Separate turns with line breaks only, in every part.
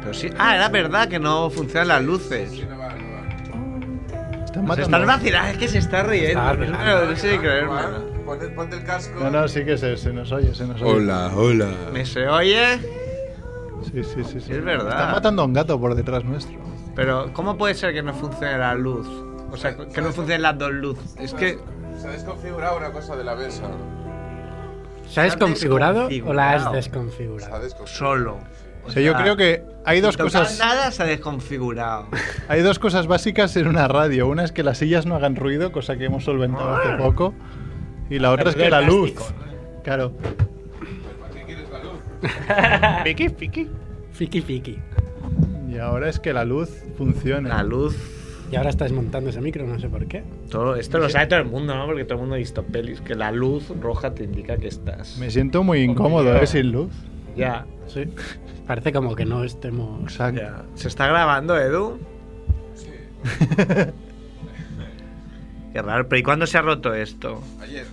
Pero sí. Ah, era verdad que no funcionan las luces.
Están
Se
matando.
están vacilando, es que se está riendo.
Está riendo.
Claro, no sé si creerme.
Ponte, ponte el casco.
No, no, sí que se, se nos oye, se nos oye.
Hola, hola.
¿Me se oye?
Sí, sí, sí. sí.
Es verdad.
Están matando a un gato por detrás nuestro.
Pero, ¿cómo puede ser que no funcione la luz? O sea, que no funcionen las dos luces. Es que.
Se ha desconfigurado una cosa de la mesa.
¿Se ha desconfigurado o la has
desconfigurado.
Se ha
desconfigurado?
desconfigurado.
Solo.
O sea, yo creo que hay dos cosas,
Nada se ha desconfigurado.
hay dos cosas básicas en una radio. Una es que las sillas no hagan ruido, cosa que hemos solventado hace poco. Y la otra Ah. es que la luz. Claro.
¿Para qué quieres la luz?
Piqui, piqui.
Fiki fiki.
Y ahora es que la luz funcione.
La luz.
Y ahora está desmontando ese micro, no sé por qué.
Todo, esto lo sabe todo el mundo, ¿no? Porque todo el mundo ha visto pelis. Que la luz roja te indica que estás.
Me siento muy incómodo, ¿eh? Sin luz.
Ya,
Sí.
Parece como que no estemos.
Exacto.
ya. ¿Se está grabando, Edu?
Sí,
Qué raro. ¿Pero y cuándo se ha roto esto?
ayer.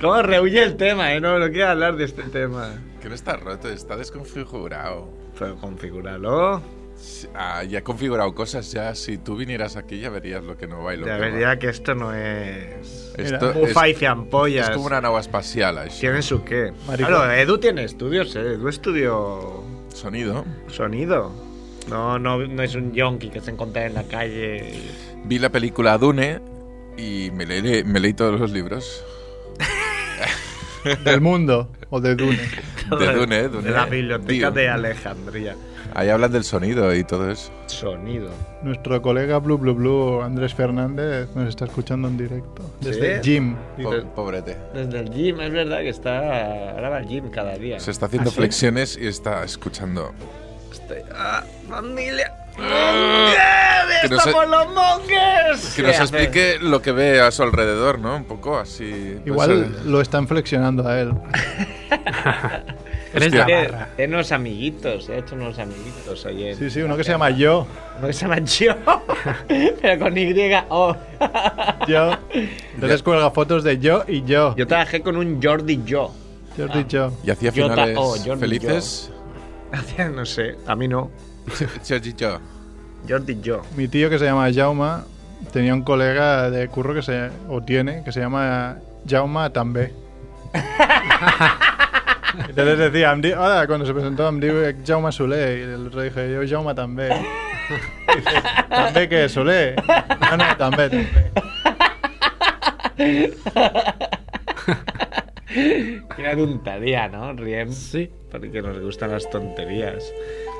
¿Cómo rehuye el tema, eh? No, no quiero hablar de este tema.
Que no está roto, está desconfigurado.
Pero configúralo.
Sí, Ah, ya ha configurado cosas ya. Si tú vinieras aquí ya verías lo que no va y lo
La
que va.
verdad que esto no es.
Esto
Mira,
es,
Bufa y fiampollas.
es como una nave espacial, así.
Tienen su qué.
Maricón.
Claro, Edu tiene estudios, ¿eh? Edu estudió
Sonido.
sonido. No, no, no es un yonki que se encuentra en la calle.
Vi la película Dune y me leí, me leí todos los libros.
Del mundo o de Dune.
De Dune, eh, Dune.
De la biblioteca
Tío.
de Alejandría.
Ahí hablan del sonido y todo eso.
Sonido.
Nuestro colega Blue Blue Blue, Andrés Fernández, nos está escuchando en directo. Desde
¿Sí?
Jim.
Po- Pobrete.
Desde el gym, es verdad que está. Ahora va al gym cada día.
Se está haciendo
¿Ah, sí?
flexiones y está escuchando.
Este- ah, ¡Familia!
Que no
¡Estamos
se-
los monjes!
Que nos
¿Qué
explique lo que ve a su alrededor, ¿no? Un poco así. pues,
Igual
eh,
lo están flexionando a él.
Eres
Hostia.
la
hace?
barra.
Tiene unos amiguitos, eh, ha hecho unos amiguitos ayer.
Sí, sí, uno que se llama Yo.
No que se llama Gio, pero con Y. O.
Yo. Entonces cuelga fotos de Yo y Yo.
Yo trabajé con un Jordi Yo.
Jordi Yo.
Y hacía
Yo ta-
finales
oh, yo no-
felices.
No sé, a mí no.
Yo, yo, yo.
Jordi Yo.
Mi tío que se llama Jauma tenía un colega de curro que se. o tiene, que se llama Jauma També. Entonces decía, em di- hola, cuando se presentó, me dijo Jauma Soler. Y el otro dije, yo Jauma També. Dice, ¿També qué? ¿Soler? No, no, També. també".
Qué tontería, ¿no? Riem.
Sí.
Porque nos gustan las tonterías.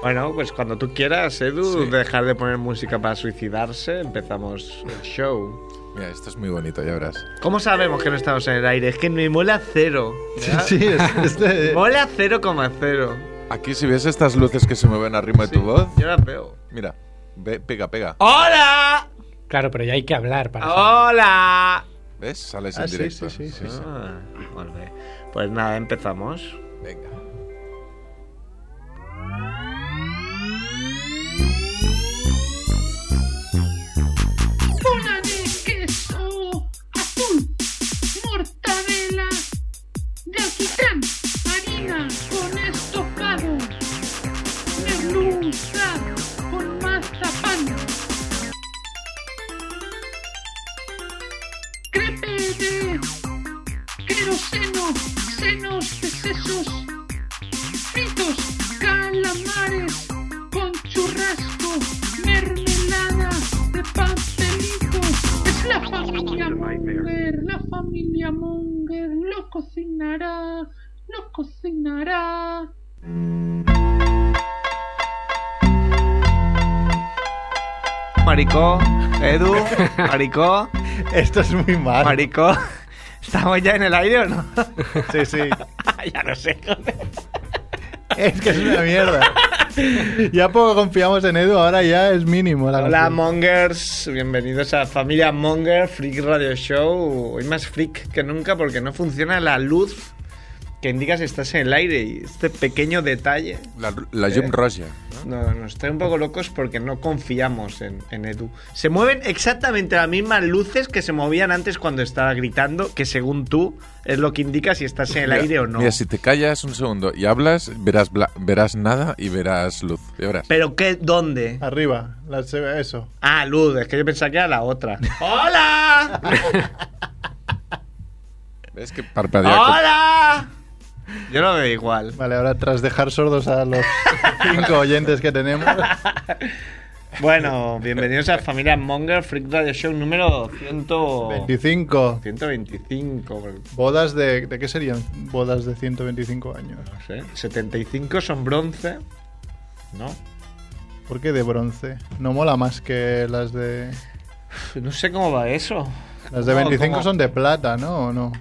Bueno, pues cuando tú quieras, Edu, dejar de poner música para suicidarse, empezamos el show.
Mira, esto es muy bonito, ya verás.
¿Cómo sabemos que no estamos en el aire? Es que me mola cero.
Sí, sí, es, es de-
Mola 0,0.
Aquí, si ves estas luces que se mueven a ritmo de ¿Pues tu voz,
Yo la veo.
mira, ve, pega, pega.
¡Hola!
Claro, pero ya hay que hablar para.
Oh.
saber.
¡Hola!
¿Ves? Sales
Ah,
en
sí,
directo.
sí, sí, sí, sí.
Ah, molt bé. Pues nada, empezamos.
Venga.
bola de queso azul, mortadela de alquitrán, harina con estofado, merluza con mazapán, crepe de queroseno, senos de sesos, fritos, calamares con churrasco, mermelada de pastelito. Es la familia Munger, la familia Munger lo cocinará, lo cocinará.
Maricó, Edu, Maricó,
Esto es muy malo.
Maricó. ¿Estamos ya en el aire o no?
Sí, sí.
ya no sé, joder.
Es que es una mierda. Ya poco confiamos en Edu, ahora ya es mínimo la
Hola,
confianza.
Mongers. Bienvenidos a Familia Monger Freak Radio Show. Hoy más freak que nunca porque no funciona la luz que indica si estás en el aire y este pequeño detalle.
La, la
Eh,
Jim Roja.
No, nos trae un poco locos porque no confiamos en, en Edu. Se mueven exactamente las mismas luces que se movían antes cuando estaba gritando, que según tú es lo que indica si estás en el aire o no.
Mira, si te callas un segundo y hablas, verás, bla- verás nada y verás luz. Ya verás.
Pero qué, ¿dónde?
Arriba, la se- eso.
Ah, luz, es que yo pensaba que era la otra. ¡Hola!
¿Ves que parpadea?
Ah.
con-
¡Hola! Yo lo veo igual.
Vale, ahora tras dejar sordos a los cinco oyentes que tenemos,
Bueno, bienvenidos a Familia Monger, Freak Radio Show número 100
25.
125. porque-
Bodas de... ¿De qué serían bodas de 125 años?
No sé, 75 son bronce. No.
¿Por qué de bronce? No mola más que las de...
No sé cómo va eso.
Las de
No,
25
¿cómo?
son de plata, ¿no? ¿O no?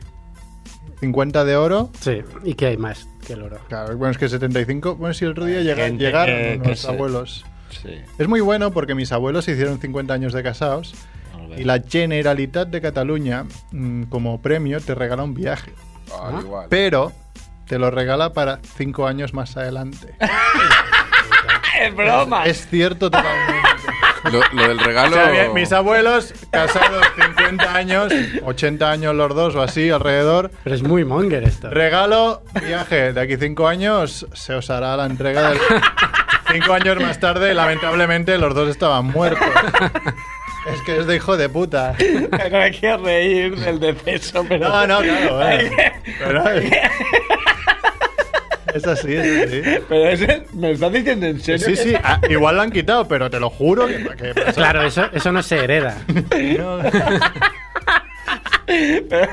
50 de oro.
Sí, ¿y qué hay más que el oro?
Claro, bueno, es que 75... Bueno, si el otro día
Hay
llega-
gente
llegaron
que- que
los
se-
abuelos.
Sí.
Es muy bueno porque mis abuelos se hicieron 50 años de casados y la Generalitat de Cataluña, mm, como premio, te regala un viaje.
Ah, igual.
Pero te lo regala para 5 años más adelante.
¡Es broma!
Es cierto totalmente.
Lo, lo del
O
regalo.
sea, bien, mis abuelos, casados 50 años, 80 años los dos o así alrededor.
Pero es muy monger esto.
Regalo, viaje. De aquí cinco años se os hará la entrega del... Cinco años más tarde, lamentablemente, los dos estaban muertos. Es que es de hijo de puta.
Me quiero reír del deceso, pero.
No, no, claro. eh. bueno. Pero es... es así, es así.
Pero ese, ¿me estás diciendo en serio?
Sí, sí, ah, igual lo han quitado, pero te lo juro que... que pasó.
Claro, eso, eso no se hereda.
No,
Pero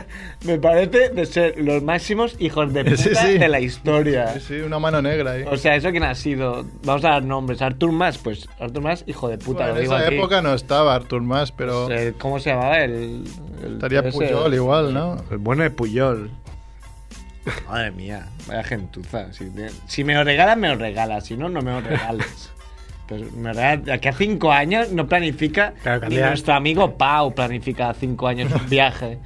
me parece de ser los máximos hijos de puta
Sí, sí.
de la historia.
sí, sí, una mano negra ahí.
O sea, ¿eso quién ha sido? Vamos a dar nombres. Artur Mas, pues Artur Mas, hijo de puta,
Bueno,
lo
en
digo
esa
aquí.
época no estaba Artur más, pero
Eh, ¿Cómo se llamaba? El, el-
estaría
ese-
Puyol igual, ¿no?
El bueno de Puyol. Madre mía, vaya gentuza. Si, te- si me lo regalas, me lo regalas. Si no, no me lo regales. Pero me regalas, de aquí a cinco años no planifica.
Claro,
ni
cambia.
nuestro amigo Pau planifica a cinco años un viaje.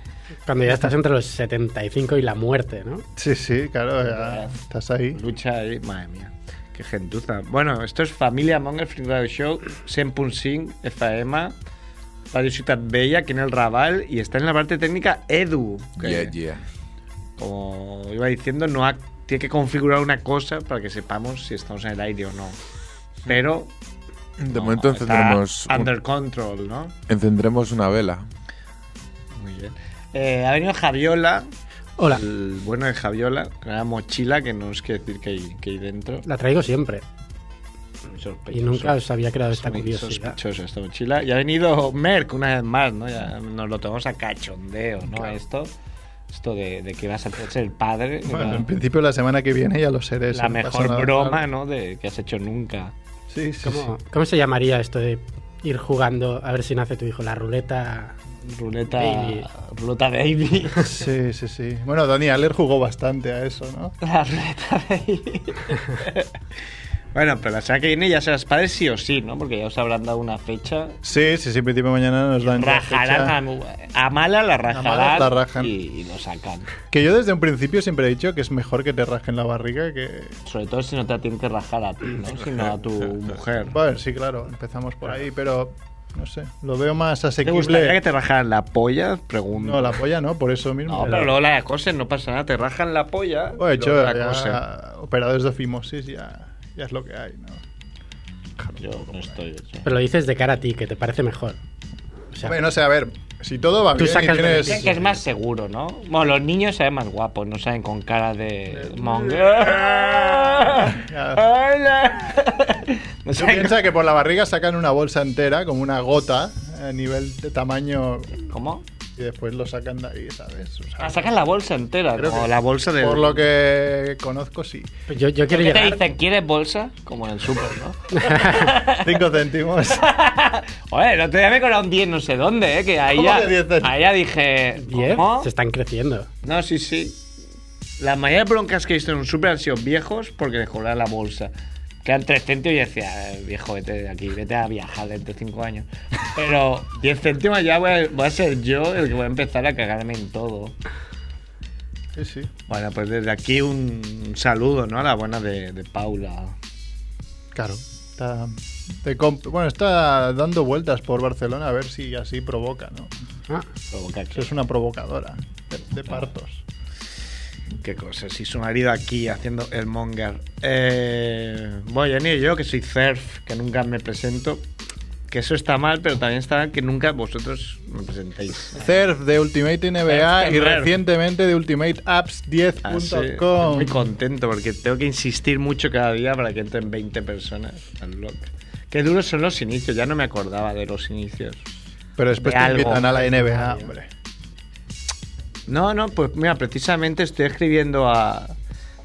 Cuando ya estás entre los 75 y la muerte, ¿no?
Sí, sí, claro, ya estás ahí.
Lucha ahí, madre mía. Qué gentuza. Bueno, esto es Familia Monger Free Radio Show, 100.5 FM, Radio Ciutat Bella, aquí en el Raval, y está en la parte técnica Edu. que,
Yeah, yeah.
Como iba diciendo, no ha- tiene que configurar una cosa para que sepamos si estamos en el aire o no. Pero.
De
no,
momento
está
encendremos, un-
Under control, ¿no?
encendremos una vela.
Muy bien. Eh, ha venido Javiola,
Hola.
el bueno de Javiola, con una mochila que no os quiere decir que hay, que hay dentro.
La traigo siempre.
Muy
Y
sospechoso.
nunca os había creado
Es
esta
muy
curiosidad.
sospechosa esta mochila. Y ha venido Merck una vez más, ¿no? Ya nos lo tomamos a cachondeo, ¿no?
Claro.
Esto, esto de, de que vas a ser el padre.
Bueno,
la-
en principio la semana que viene ya lo seré.
la,
eso no pasa
mejor
nada.
broma, ¿no? De, que has hecho nunca.
Sí, sí,
¿Cómo,
sí.
cómo se llamaría esto de ir jugando a ver si nace tu hijo? La ruleta.
Ruleta
Baby.
Ruleta Baby.
Sí, sí, sí. Bueno, Dani Aller jugó bastante a eso, ¿no?
la ruleta Baby. bueno, pero la semana que viene ya serás padre sí o sí, ¿no? Porque ya os habrán dado una fecha.
Sí, sí, sí, en principio mañana nos dan la fecha.
Rajarán a, a mala la rajarán
mala la rajan.
Y, y lo sacan.
Que yo desde un principio siempre he dicho que es mejor que te rajen la barriga que...
Sobre todo si no te tienen que rajar a ti, ¿no? Sino a tu mujer.
Bueno, sí, claro, empezamos por ahí, pero no sé, lo veo más
¿Te gustaría que
asequible.
te rajaran la polla? Pregunto.
No, la polla no, por eso
No,
mismo.
pero luego la acosen, no pasa nada. Te rajan la polla.
Bueno, de hecho,
luego la
ya
acosen.
operadores de fimosis ya, ya es lo que hay, ¿no?
Yo no estoy hecho.
Pero lo dices de cara a ti, que te parece mejor. O sea,
Bueno, o sea, a ver, si todo va
Tú
bien y
sacas
tienes...
Dicen que es más seguro, ¿no? Bueno, los niños se ven más guapos, no saben con cara de monger. ¡Hola! No
Tú
saben
piensa que por la barriga sacan una bolsa entera, como una gota, a nivel de tamaño,
¿Cómo?
y después lo sacan de ahí, ¿sabes? O sea,
Ah, sacan la bolsa entera,
Creo
como
que-
la bolsa de...
por lo que conozco, sí.
Pues yo, yo quiero
¿Qué te
llegar.
dicen? ¿Quieres bolsa? Como en el súper, ¿no?
5 céntimos.
Oye, no te día me he colado un 10 no sé dónde, ¿eh? Que ahí
¿Cómo
ya,
que 10?
ahí ya dije...
Diez,
¿Cómo?
Se están creciendo.
No, sí, sí. La mayoría de broncas que he visto en un súper han sido viejos porque les cobraban la bolsa. Quedan tres céntimos y decía, "Eh, viejo, vete de aquí, vete a viajar dentro de cinco años. Pero 10 céntimos ya voy a, voy a ser yo el que voy a empezar a cagarme en todo.
Sí, sí.
Bueno, pues desde aquí un saludo, ¿no? A la buena de, de Paula.
Claro. Está, te comp- bueno, está dando vueltas por Barcelona a ver si así provoca, ¿no?
Ah,
Provoca
Eso
que-
es una provocadora de, de partos.
Qué cosa, si su marido aquí haciendo el monger. Eh, bueno, ya ni yo, que soy CERF, que nunca me presento. Que eso está mal, pero también está mal que nunca vosotros me presentéis.
CERF de Ultimate NBA
Surf
y
de Nerf.
recientemente de
Así, Ah,
UltimateApps10.com.
muy contento porque tengo que insistir mucho cada día para que entren 20 personas al blog. Qué duros son los inicios, ya no me acordaba de los inicios.
Pero después
de
te
algo.
invitan a la NBA, hombre.
No, no, pues mira, precisamente estoy escribiendo a...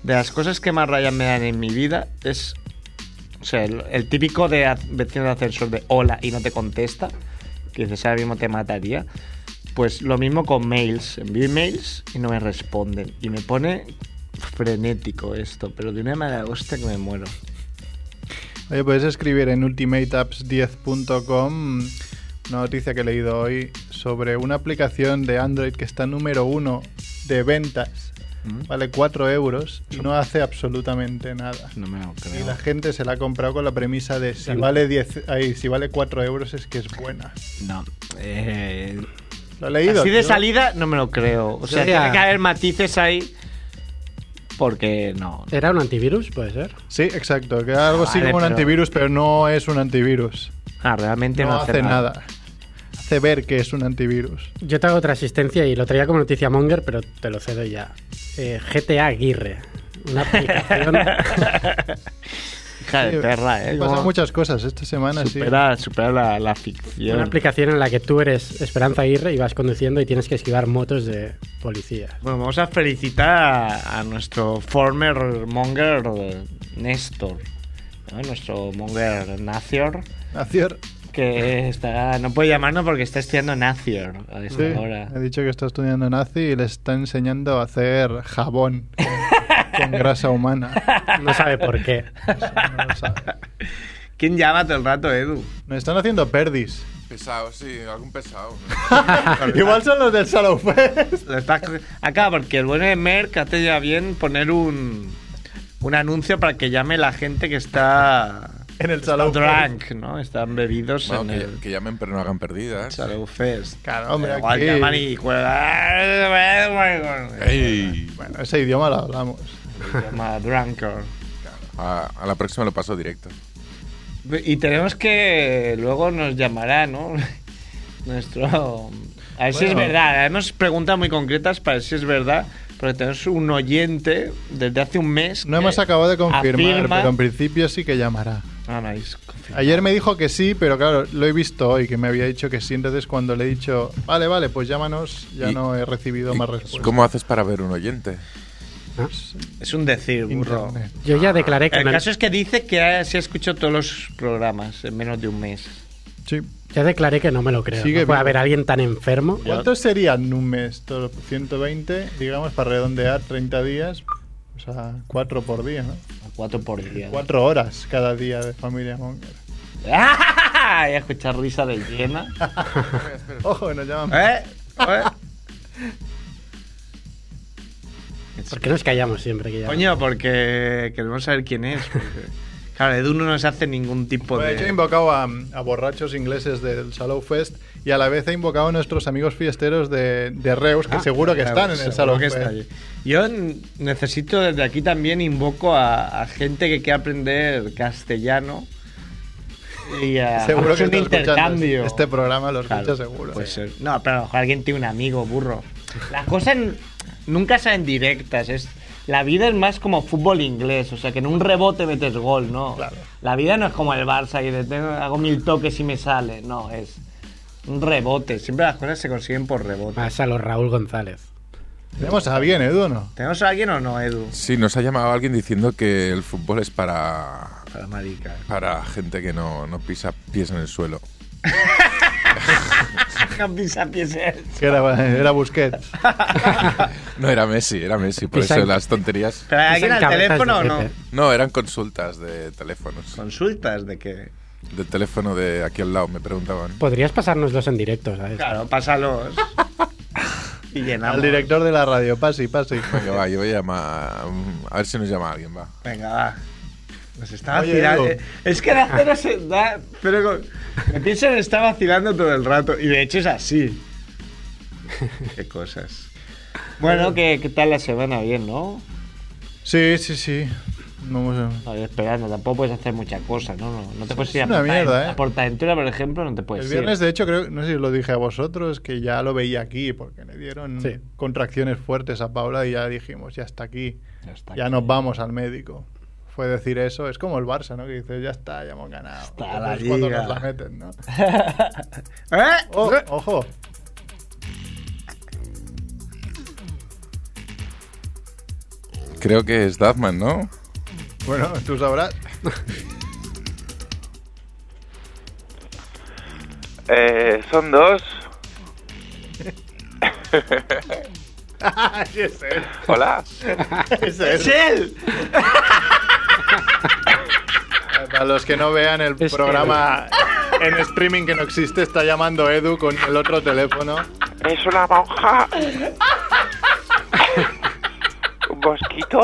De las cosas que más rayas me dan en mi vida es... O sea, el, el típico de a- vecino de ascensor de hola y no te contesta, que dices, ahora mismo te mataría. Pues lo mismo con mails. Envío emails y no me responden. Y me pone frenético esto, pero de una manera hostia que me muero.
Oye, puedes escribir en ultimateapps10.com una noticia que he leído hoy sobre una aplicación de Android que está número uno de ventas.
Mm.
Vale 4 euros y no hace absolutamente nada.
No me lo
Y la gente se la ha comprado con la premisa de si vale 10, ay, si vale 4 euros es que es buena.
No. Eh,
Lo he leído.
Así de
tío.
salida no me lo creo. O sea,
Yo ya-
tiene que haber matices ahí. Porque no.
¿Era un antivirus? Puede ser.
Sí, exacto. Que algo así
Vale,
como un
pero-
antivirus, pero no es un antivirus.
Ah, realmente
No,
no,
hace nada. Hace ver que es un antivirus.
Yo te hago otra asistencia y lo traía como noticia monger, pero te lo cedo ya. Eh, GTA Aguirre. Una aplicación.
Hija de
Sí,
perra, ¿eh?
Pasan
Cómo
muchas cosas esta semana, sí.
supera, supera la, la
Una
ficción.
aplicación en la que tú eres Esperanza Aguirre y vas conduciendo y tienes que esquivar motos de policía.
Bueno, vamos a felicitar a, a nuestro former monger eh, Néstor. ¿no? Nuestro monger Nacior.
Nacier,
Que está, no puede llamarnos porque está estudiando Nacior a esta
sí,
hora.
ha dicho que está estudiando nazi y le está enseñando a hacer jabón con, con grasa humana.
No sabe por qué.
Eso no lo sabe.
¿Quién llama todo el rato, Edu?
Nos están haciendo perdis.
Pesado, sí, algún pesado.
Ah,
Igual son los del Salofest.
Lo estás co- Acá, porque el buen Merck hace ya bien poner un, un anuncio para que llame la gente que está,
En el
está
Salofest.
drunk, ¿no? Están bebidos
Bueno,
en
que,
el
que llamen pero no hagan perdidas.
Salud Fest.
Claro, hombre,
Igual
aquí-
llaman y "Ah, cuelgan.
¡Ey!
Bueno, ese idioma lo hablamos.
Llama Drunker.
A, a la próxima lo paso directo.
Y tenemos que. Luego nos llamará, ¿no? Nuestro. A ver si es
Bueno.
verdad. Hemos preguntas muy concretas para ver si es verdad. Porque tenemos un oyente desde hace un mes.
No
que
hemos acabado de confirmar,
Eh, afirma-
pero en principio sí que llamará.
Ah, no, es confirmado.
Ayer me dijo que sí, pero claro, lo he visto hoy, que me había dicho que sí. Entonces, cuando le he dicho, vale, vale, pues llámanos, ya
Y-
no he recibido
¿Y
más respuestas.
¿Cómo haces para ver un oyente?
Es un decir, burro.
Internet.
Yo ya declaré que
El
en el-
caso es que dice que ha- se ha escuchado todos los programas en menos de un mes.
Sí.
Ya declaré que no me lo creo.
Sigue
no puede
vivo.
haber alguien tan enfermo.
Yo-
¿Cuántos serían un mes? Todo- 120, digamos, para redondear 30 días. O sea, 4 por día, ¿no?
A Cuatro por día.
4 horas cada día de Familia Monger.
¡Ah! Y a escuchar risa de llena.
Ojo, que nos llaman.
¿Eh? ¿Eh?
¿Por qué nos callamos siempre? Que ya...
Coño, porque queremos saber quién es. porque- Claro, Edu no nos hace ningún tipo
Bueno, yo Pues he
de.
invocado a, a borrachos ingleses del Salou Fest y a la vez he invocado a nuestros amigos fiesteros de, de Reus, que
Ah,
seguro que
Claro,
están en el
pues
pues.
seguro
Salou
que
Fest.
está allí. Yo n- necesito desde aquí también invoco a, a gente que quiera aprender castellano y a
Seguro que
es un
está escuchando
intercambio.
Este programa lo
Claro, pues, eh.
escucha seguro.
puede ser. No, pero a lo mejor alguien tiene un amigo, burro. Las cosas n- nunca salen directas. Es, la vida es más como fútbol inglés, o sea, que en un rebote metes gol, ¿no?
Claro.
La vida no es como el Barça, y de, tengo- hago mil toques y me sale. No, es un rebote. Siempre las cosas se consiguen por rebote.
Más a los Raúl González.
Tenemos a bien, Edu, ¿no?
¿Tenemos a alguien o no, Edu?
Sí, nos ha llamado alguien diciendo que el fútbol es para,
Para marica.
para gente que no, no pisa pies en el suelo.
Que era, era Busquets.
No, era Messi, era Messi, por
Pisa
eso
en-
las tonterías.
¿Pero hay alguien
Pisan
al
cabezas de
teléfono o no?
gente.
No, eran consultas de teléfonos.
Consultas de que.
Del teléfono de aquí al lado me preguntaban.
Podrías pasárnoslos en directo, ¿sabes?
Claro, pásalos. Y llenamos.
Al director de la radio, pase, pase.
Venga, va, yo voy a llamar. mm, A ver si nos llama alguien, va.
Venga, va. Nos está
Oye,
vacilando.
Edu.
Es que la cena se da. Pero con... Peterson está vacilando todo el rato. Y de hecho es así. Qué cosas.
eh,
Bueno, ¿qué, qué tal la semana? Bien, ¿no?
Sí, sí, sí. Vamos a...
Estoy esperando. Tampoco puedes hacer mucha cosa, ¿no? No, no te puedes ir a
una
Portaven-
mierda, ¿eh?
A Portaventura, por ejemplo, no te puedes
El
ir.
viernes, de hecho, creo, no sé si lo dije a vosotros, que ya lo veía aquí, porque le dieron
Sí.
contracciones fuertes a Paula y ya dijimos, ya está aquí,
Ya está
ya
aquí.
nos vamos al médico. Fue decir eso, es como el Barça, ¿no? Que dices, ya está, ya hemos ganado.
Está la
Es cuando
liga.
nos la meten, ¿no?
¿Eh?
Oh, ojo,
Creo que es Duffman, ¿no?
bueno, tú sabrás.
Eh, son dos.
Sí, es él,
Hola.
es él.
¡Es él!
Para los que no vean el
Es
programa en streaming que no existe, está llamando Edu con el otro teléfono.
Es una monja. Un mosquito.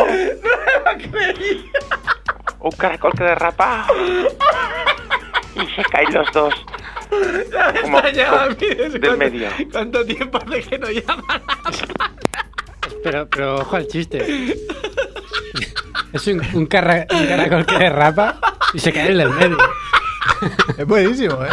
Un caracol que derrapa. Y se caen los dos. Como- del medio.
¿Cuánto tiempo hace que no llaman?
Pero, pero ojo al chiste. Es un, un carra- un caracol que derrapa y se cae en el medio.
Es buenísimo, ¿eh?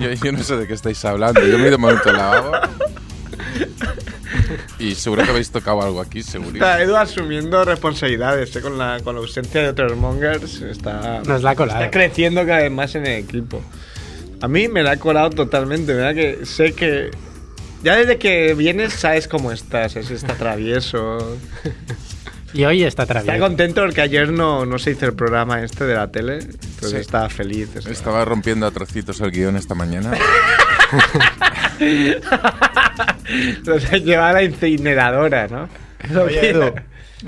Yo, yo no sé de qué estáis hablando. Yo me he ido un momento al lavabo. Y seguro que habéis tocado algo aquí, seguro.
Está Edu asumiendo responsabilidades ¿eh? con, la, con la ausencia de otros mongers. Está,
Nos la ha colado.
está creciendo cada vez más en el equipo. A mí me la ha colado totalmente. ¿verdad? Que sé que. Ya desde que vienes sabes cómo estás. Es está travieso.
Y hoy está
Está
travieso.
contento porque ayer no, no se hizo el programa este de la tele. Entonces
Sí.
estaba feliz. estaba-
Estaba rompiendo a trocitos el guión esta mañana.
Entonces llevaba la incineradora, ¿no?
Oye, Edu,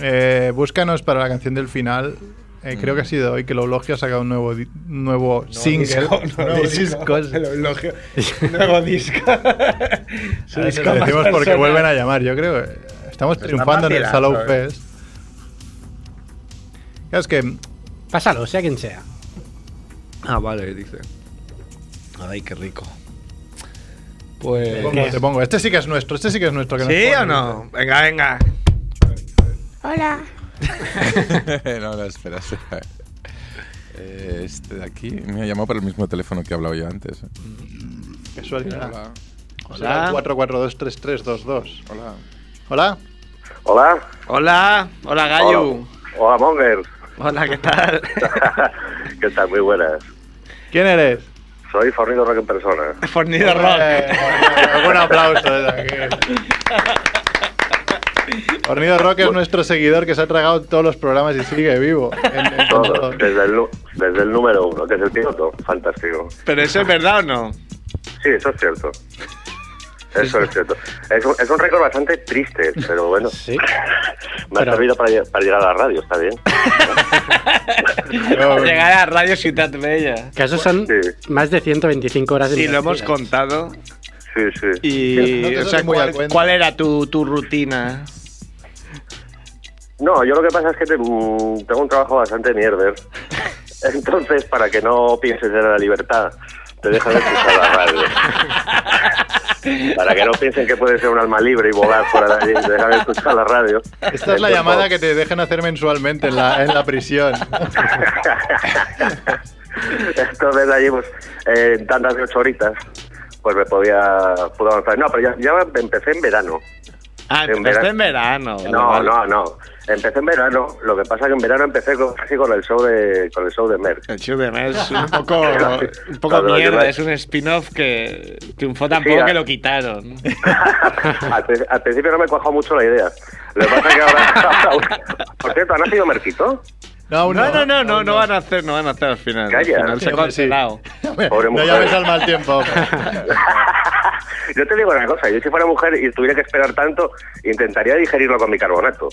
eh, búscanos para la canción del final. Eh, creo que ha sido hoy que Loulogio ha sacado un nuevo, di- nuevo single.
Disco, Mm. no,
nuevo
disco,
disco.
el elogio. Nuevo disco.
Ahora se lo decimos porque vuelven a llamar, yo creo. eh, Estamos triunfando en el
vacilando,
Salou
eh.
Fest. Claro, es que
Pásalo, sea quien sea.
Ah, vale, dice. Ay, qué rico. Pues.
te pongo, te pongo, Este sí que es nuestro, este sí que es nuestro. Que nos
¿Sí o
ponen.
no? Venga, venga.
no, no, espera, espera. Eh, Este de aquí me ha llamado por el mismo teléfono que he hablado yo antes. eh.
Qué casualidad.
Hola.
Será
Hola.
4423322.
Hola.
Hola.
Hola.
Hola, hola Gallo.
Hola, Monger.
Hola, ¿qué tal?
¿Qué tal? Muy buenas.
¿Quién eres?
Soy Fornido Rock en persona.
Fornido
Eh,
Rock.
un aplauso desde aquí. Hornido Rock es nuestro seguidor que se ha tragado todos los programas y sigue vivo. En- en
Todo,
todo.
desde el, nu- desde el número uno, que es el piloto. Fantástico.
¿Pero eso es verdad o no?
Sí, eso es cierto. Eso es cierto. Es un, es un récord bastante triste, pero bueno.
Sí.
Me ha
Pero-
servido para, lle- para llegar a la radio, está bien.
Yo-
Llegar a Radio Ciudad Bella.
Que eso son
Sí.
más de 125 horas
Sí, lo hemos
invertidas.
contado.
Sí, sí.
Y,
No te
o sea,
sale muy a
¿cuál,
cuenta.
cuál era tu, tu rutina?
No, yo lo que pasa es que te- mm, tengo un trabajo bastante mierder. Entonces, para que no pienses en la libertad, te dejo de escuchar la radio. Para que no piensen que puedes ser un alma libre y volar fuera de allí, te dejo de escuchar la radio.
Esta es la
Entonces,
llamada
no.
que te dejan hacer mensualmente en la, en la prisión.
Entonces allí, pues, eh, en tantas de ocho horitas, pues me podía, pude avanzar. No, pero ya, ya empecé en verano.
Ah,
En
empezaste en verano. vale,
No,
Ah, vale.
no, no. Empecé en verano. Lo que pasa es que en verano empecé con, casi con el show de, con el show de Merck.
El show de Mer es un poco, un poco
Claro, yo
mierda,
me-
es un spin-off que triunfó tan poco
ah.
que lo quitaron.
al, pri- al principio no me cuajó mucho la idea. Lo que pasa es que ahora. Por cierto, ¿han nacido Merquito?
No, aún
No, no, no, no,
aún
no van a hacer, no van a hacer al final.
Calla.
Al final se ha
Igual sí.
cancelado.
Pobre
No
mujer.
llames al mal tiempo.
Yo te digo una cosa, yo si fuera mujer y tuviera que esperar tanto, intentaría digerirlo con bicarbonato.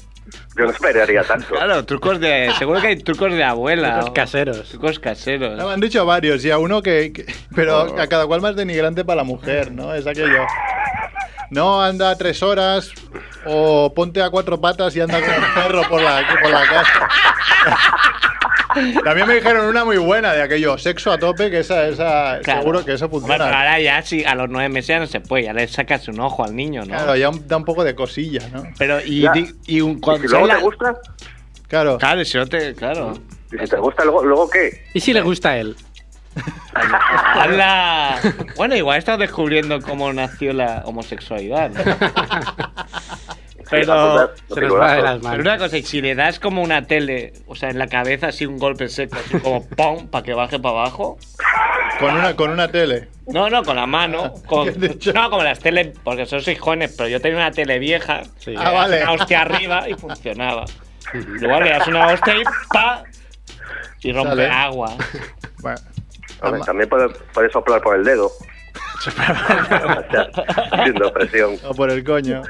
Yo no esperaría tanto.
Claro, trucos de. Seguro que hay trucos de abuela.
Los
o-
caseros.
Trucos caseros.
No, me han dicho varios y a uno que, que- Pero a cada cual más denigrante para la mujer, ¿no? Es aquello. No, anda tres horas o ponte a cuatro patas y anda con un perro por la, por la casa. También me dijeron una muy buena de aquello, sexo a tope, que esa, esa
Claro.
seguro que eso
Hombre, pero
funciona.
ahora ya, si a los nueve meses ya no se puede, ya le sacas un ojo al niño, ¿no?
Claro, ya un- da un poco de cosilla, ¿no?
Pero, y,
Ya.
di- y un,
Y
cuando
si luego
sale la-
te gusta,
Claro.
Claro, y si no te. Claro.
y si te gusta, luego, luego qué?
¿Y si le gusta a él?
Habla. Bueno, igual estás descubriendo cómo nació la homosexualidad.
Pues
¿no?
pues,
Pero.
Apuntar los
Se nos va de
figurazos.
las
Pero
manos.
una cosa, y si le das como una tele, o sea, en la cabeza así un golpe seco, así como ¡pum! para que baje para abajo.
Con una, con una tele.
No, no, con la mano. Con,
¿Qué has dicho?
no, como las tele, porque son seis pero yo tenía una tele vieja.
Sí.
que
Ah,
le das
vale.
Una hostia arriba y funcionaba. Luego le das una hostia y ¡pa! Y rompe
Sale.
agua.
Bueno,
Hombre, también puedes, puedes soplar por el dedo. O sea, Haciendo presión.
o por el coño.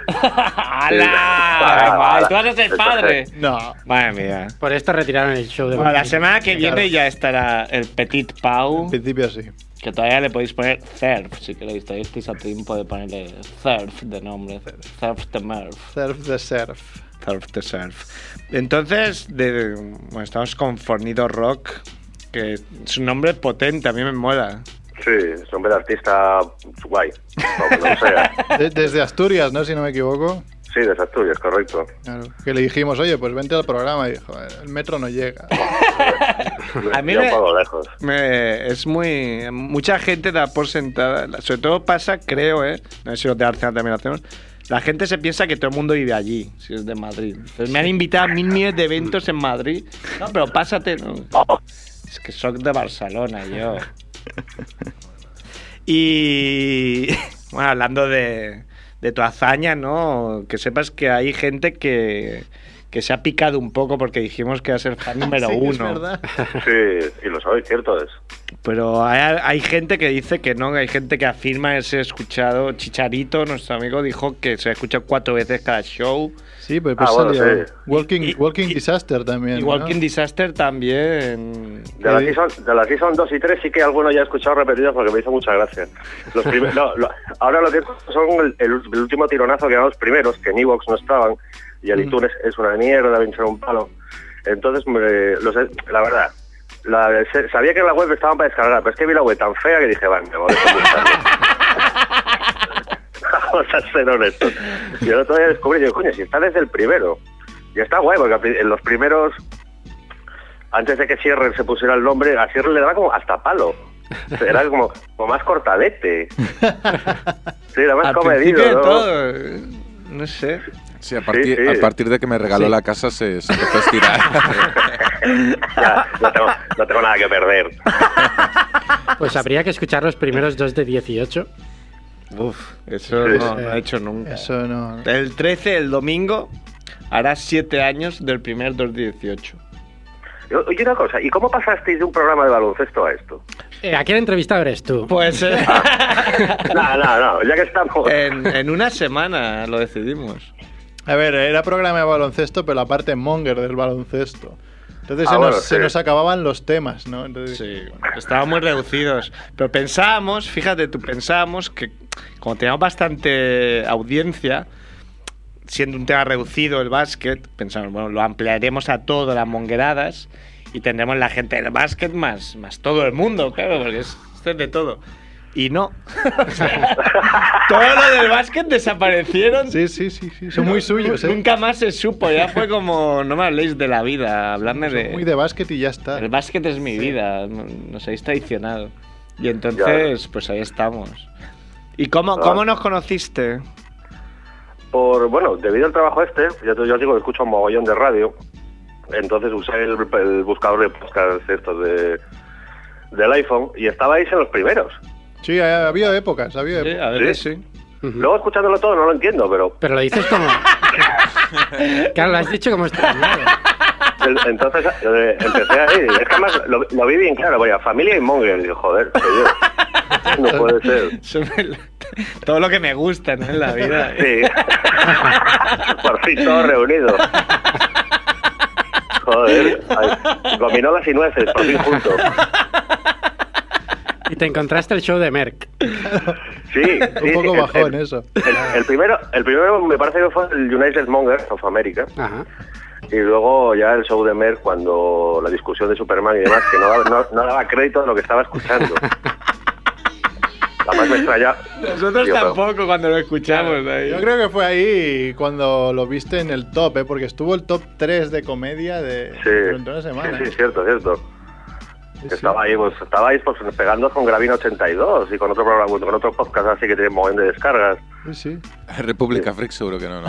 ¡Hala!
ala.
¡Tú vas a ser padre!
No.
Madre mía.
Por esto retiraron el show de
Bueno, la
Madrid.
semana que
Claro.
viene ya estará el Petit Pau,
En principio sí.
que todavía le podéis poner Surf, si queréis. Todavía estáis a tiempo de ponerle Surf de nombre. Surf de Merf.
Surf the surf.
Surf to Surf. Entonces, de- bueno, estamos con Fornido Rock, que su nombre es potente, a mí me mola.
Sí, son del artista guay. O como sea.
De- desde Asturias, ¿no? Si no me equivoco.
Sí, de Asturias, correcto.
Claro, que le dijimos, oye, pues vente al programa. Y dijo, "Eh, el metro no llega.
A mí
Yo
me-
un poco lejos.
Me- es muy. Mucha gente da por sentada, la- sobre todo pasa, creo, ¿eh? No sé si los de Arsenal también lo hacemos. La gente se piensa que todo el mundo vive allí, si es de Madrid. Entonces, me han invitado a mil miles de eventos en Madrid. No, pero pásate. ¿no? Es que soy de Barcelona, yo. Y bueno, hablando de, de tu hazaña, ¿no? Que sepas que hay gente que, que se ha picado un poco porque dijimos que era el fan número
Sí, es
uno.
verdad.
Sí, y lo soy, cierto es.
Pero hay, hay gente que dice que no, hay gente que afirma ese escuchado. Chicharito, nuestro amigo, dijo que se ha escuchado cuatro veces cada show.
Sí, pues, pues
Ah, bueno,
salió.
sí.
Walking,
Y-
walking
y-
Disaster también.
Y
¿no?
Walking Disaster también.
De las, que son, de las que son dos y tres sí que alguno ya he escuchado repetidas porque me hizo mucha gracia. Los primer- no, lo- ahora lo que son el, el ul- el último tironazo que eran los primeros, que en Evox no estaban, y el iTunes es una mierda, pinchar un palo. Entonces, me- los he- la verdad, la- se- sabía que en la web estaban para descargar, pero es que vi la web tan fea que dije, vale, me voy a buscarlo". Vamos a ser honestos. Y el otro día descubrí, yo, coño, si está desde el primero. Y está guay, porque al pri- en los primeros antes de que Sierra se pusiera el nombre, a Sierra le daba como hasta palo. Era como, como más cortadete. Sí, era más
Al
comedido.
principio de
¿no?
todo. eh, No sé.
Sí, a partir,
Sí, sí.
a partir de que me regaló la casa se, se empezó a estirar.
Ya, no, tengo, no tengo nada que perder.
Pues habría que escuchar los primeros dos de 18.
Uf, eso
Sí,
no,
sí.
no ha hecho nunca.
Eso no.
El 13, el domingo, hará siete años del primer 218.
Oye, una cosa, ¿y cómo pasasteis de un programa de baloncesto a esto?
Eh, ¿A qué entrevistado eres tú?
Pues eh,
No, no, no, ya que estamos.
en, en una semana lo decidimos.
A ver, era programa de baloncesto, pero la parte monger del baloncesto. Entonces
Ah,
se, nos,
bueno,
se
sí.
nos acababan los temas, ¿no? Entonces,
Sí, estábamos reducidos. Pero pensábamos, fíjate tú, pensábamos que como teníamos bastante audiencia, siendo un tema reducido el básquet, pensamos, bueno, lo ampliaremos a todo, las mongueradas, y tendremos la gente del básquet más, más todo el mundo, claro, porque es, esto es de todo. Y no. O sea, todo lo del básquet desaparecieron.
sí, sí, sí, sí, Son muy suyos, ¿eh?
Nunca más se supo, ya fue como, no me habléis de la vida, habladme
Son muy de básquet y ya está.
el básquet es mi vida, no- nos habéis traicionado. Y entonces, pues ahí estamos. ¿Y cómo,
Ah.
cómo nos conociste?
Por, bueno, debido al trabajo este, ya te, yo os digo que escucho un mogollón de radio, entonces usé el, el buscador de podcasts estos de, del iPhone y estabais en los primeros.
Sí, ha, ha habido épocas, ha habido épocas.
a
veces sí. Luego escuchándolo todo no lo entiendo, pero
Pero lo dices como. Claro, lo has dicho como extrañado.
Entonces eh, empecé ahí. Es que además lo, lo vi bien claro. Vaya, familia y Monger. Digo, joder, soy yo. No puede ser.
Son el- todo lo que me gusta ¿no? en la vida.
Sí. Por fin todos reunidos. Joder. Ay, gominolas y nueces, por fin juntos.
Y te encontraste el show de Merck.
Sí, sí,
Un poco
sí, el-
bajón
el-
eso.
El, el primero, el primero me parece que fue el United Mongers of America.
Ajá.
Y luego ya el show de Mer cuando la discusión de Superman y demás, que no, daba- no, no daba crédito a lo que estaba escuchando. Además me extraña.
Nosotros
Tío, pero-
tampoco cuando lo escuchamos. ahí.
Yo creo que fue ahí cuando lo viste en el top, ¿eh? porque estuvo el top 3 de comedia de durante una
Sí,
semana.
sí, sí, cierto, cierto.
Sí, sí.
Estaba ahí, pues, estabais pues, pegando con Gravina 82 y con otro programa, con otro podcast así que tiene un montón de descargas.
Sí, sí.
República Freak seguro que no, no.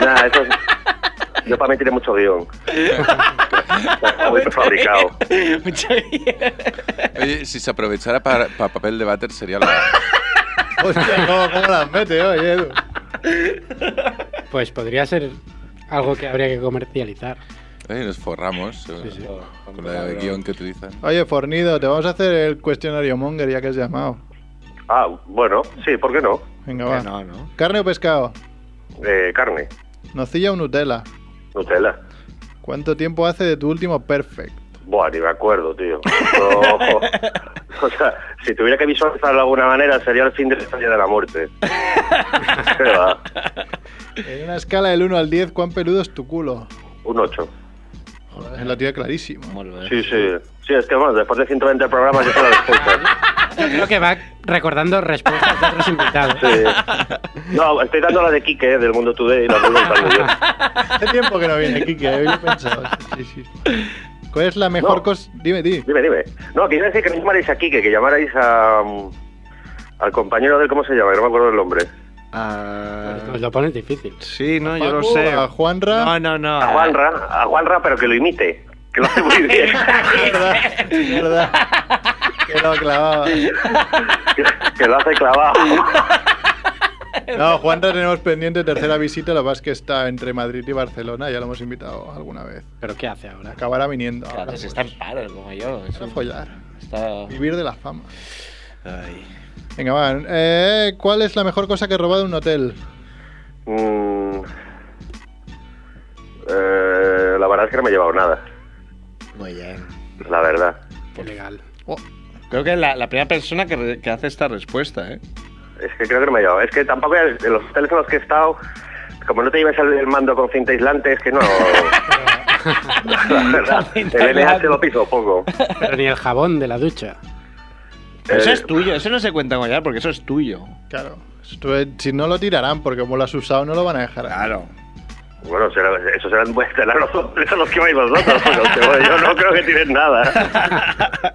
Nada, eso es- Yo para mí tiene mucho guión. Está muy prefabricado.
Mucho bien.
Oye, si se aprovechara para, para papel de váter sería la...
Hostia, ¿cómo, cómo las mete hoy, Edu?
Pues podría ser algo que habría que comercializar.
Eh, nos forramos eh,
sí.
con el guión que utilizan.
Oye, Fornido, te vamos a hacer el cuestionario Monger ya que has llamado.
Ah, bueno, sí, ¿por qué no?
Venga, va.
No, no.
Carne o pescado,
Eh, carne,
nocilla o Nutella.
Nutella.
¿Cuánto tiempo hace de tu último perfect?
Buah, ni me acuerdo, tío. No. O sea, si tuviera que visualizarlo de alguna manera, sería el fin de la historia de la muerte. ¿Qué va?
En una escala del 1 al 10, ¿cuán peludo es tu culo?
Un 8.
Joder, lo tiene clarísimo.
Sí, sí. Sí, es que bueno, después de 120 programas yo solo respuesta.
Yo creo que va recordando respuestas de otros invitados.
Sí. No, estoy dando la de Quique, eh, del Mundo Today, y la estoy contando yo.
Hace tiempo que no viene, Kike, había pensado. Sí, sí. ¿Cuál es la mejor
No.
cosa? Dime, dime.
Dime, dime. No, que iba a decir que no llamarais a Quique, que llamarais a, um, al compañero del, ¿cómo se llama? Que no me acuerdo el nombre.
Os Pues lo pones difícil.
sí, no, yo lo
Paco,
sé.
a Juanra.
No, no, no.
A Juanra, a Juanra, pero que lo imite. Que lo hace muy bien.
Es verdad, es verdad. Que lo clavaba.
que, que lo hace clavado.
No, Juanra tenemos pendiente tercera visita, lo que pasa es que está entre Madrid y Barcelona, ya lo hemos invitado alguna vez.
¿Pero qué hace ahora?
Acabará viniendo. ahora,
Claro, si
pues.
está en paro, como yo. es
A
un-
follar.
pues.
Está...
Vivir de la fama.
Ay.
Venga, va. Eh, ¿Cuál es la mejor cosa que he robado en un hotel?
Mm, eh, la verdad es que no me he llevado nada,
Muy bien.
la verdad.
Qué legal.
Oh,
Creo que es la, la primera persona que, re- que hace esta respuesta, ¿eh?
Es que creo que no me he llevado. Es que tampoco en los hoteles en los que he estado, como no te lleves el, el mando con cinta aislante, es que no. la verdad,
cinta
el NH
aislante.
lo piso poco.
Pero ni el jabón de la ducha.
Eso
Eh,
es tuyo, eso no se cuenta con ya porque eso es tuyo.
claro. Esto es- Si no lo tirarán, porque como lo has usado, no lo van a dejar.
Claro.
Bueno, será, eso serán serán los hoteles a los que vais vosotros. pero que, bueno, yo no creo que tienen nada.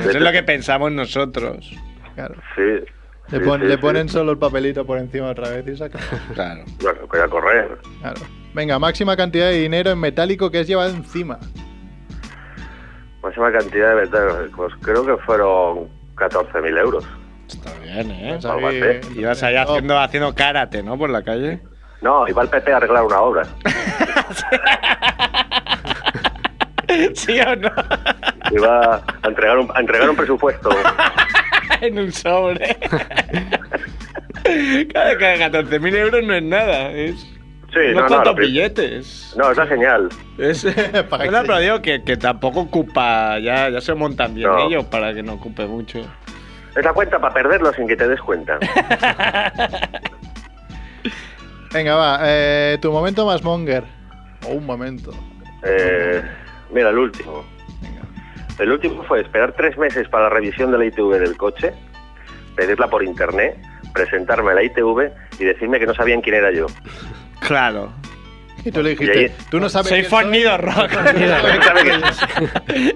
Eso es lo que pensamos nosotros.
Claro.
Sí.
Le,
sí,
pon-
sí,
le
sí.
ponen solo el papelito por encima otra vez y saca.
Claro.
Bueno, voy a correr.
Claro. Venga, máxima cantidad de dinero en metálico que has llevado encima.
Máxima cantidad de verdad, pues creo que fueron 14.000 euros.
Está bien, ¿eh?
Pues ahí-
Álvaro,
Ibas ahí
No,
haciendo, haciendo karate, ¿no? Por la calle.
No, iba el PP a arreglar una obra.
¿Sí o no?
Iba a entregar un, a entregar un presupuesto.
en un sobre. Cada que 14.000 euros no es nada. Es
Sí, no, no,
unos cuantos
la pri-
billetes.
No, es la señal.
Es,
Para que
bueno,
se-
pero digo que, que tampoco ocupa. Ya, ya se montan bien
No.
ellos para que no ocupe mucho.
Es la cuenta para perderlo sin que te des cuenta.
Venga, va. eh, tu momento más monger. O Oh, un momento.
Eh, mira, el último.
Venga.
El último fue esperar tres meses para la revisión de la ITV del coche, pedirla por internet, presentarme a la ITV y decirme que no sabían quién era yo.
Claro.
Y tú le
Y
dijiste,
ahí-
tú no sabes.
Soy
quién soy".
fornido rock.
Sabe que-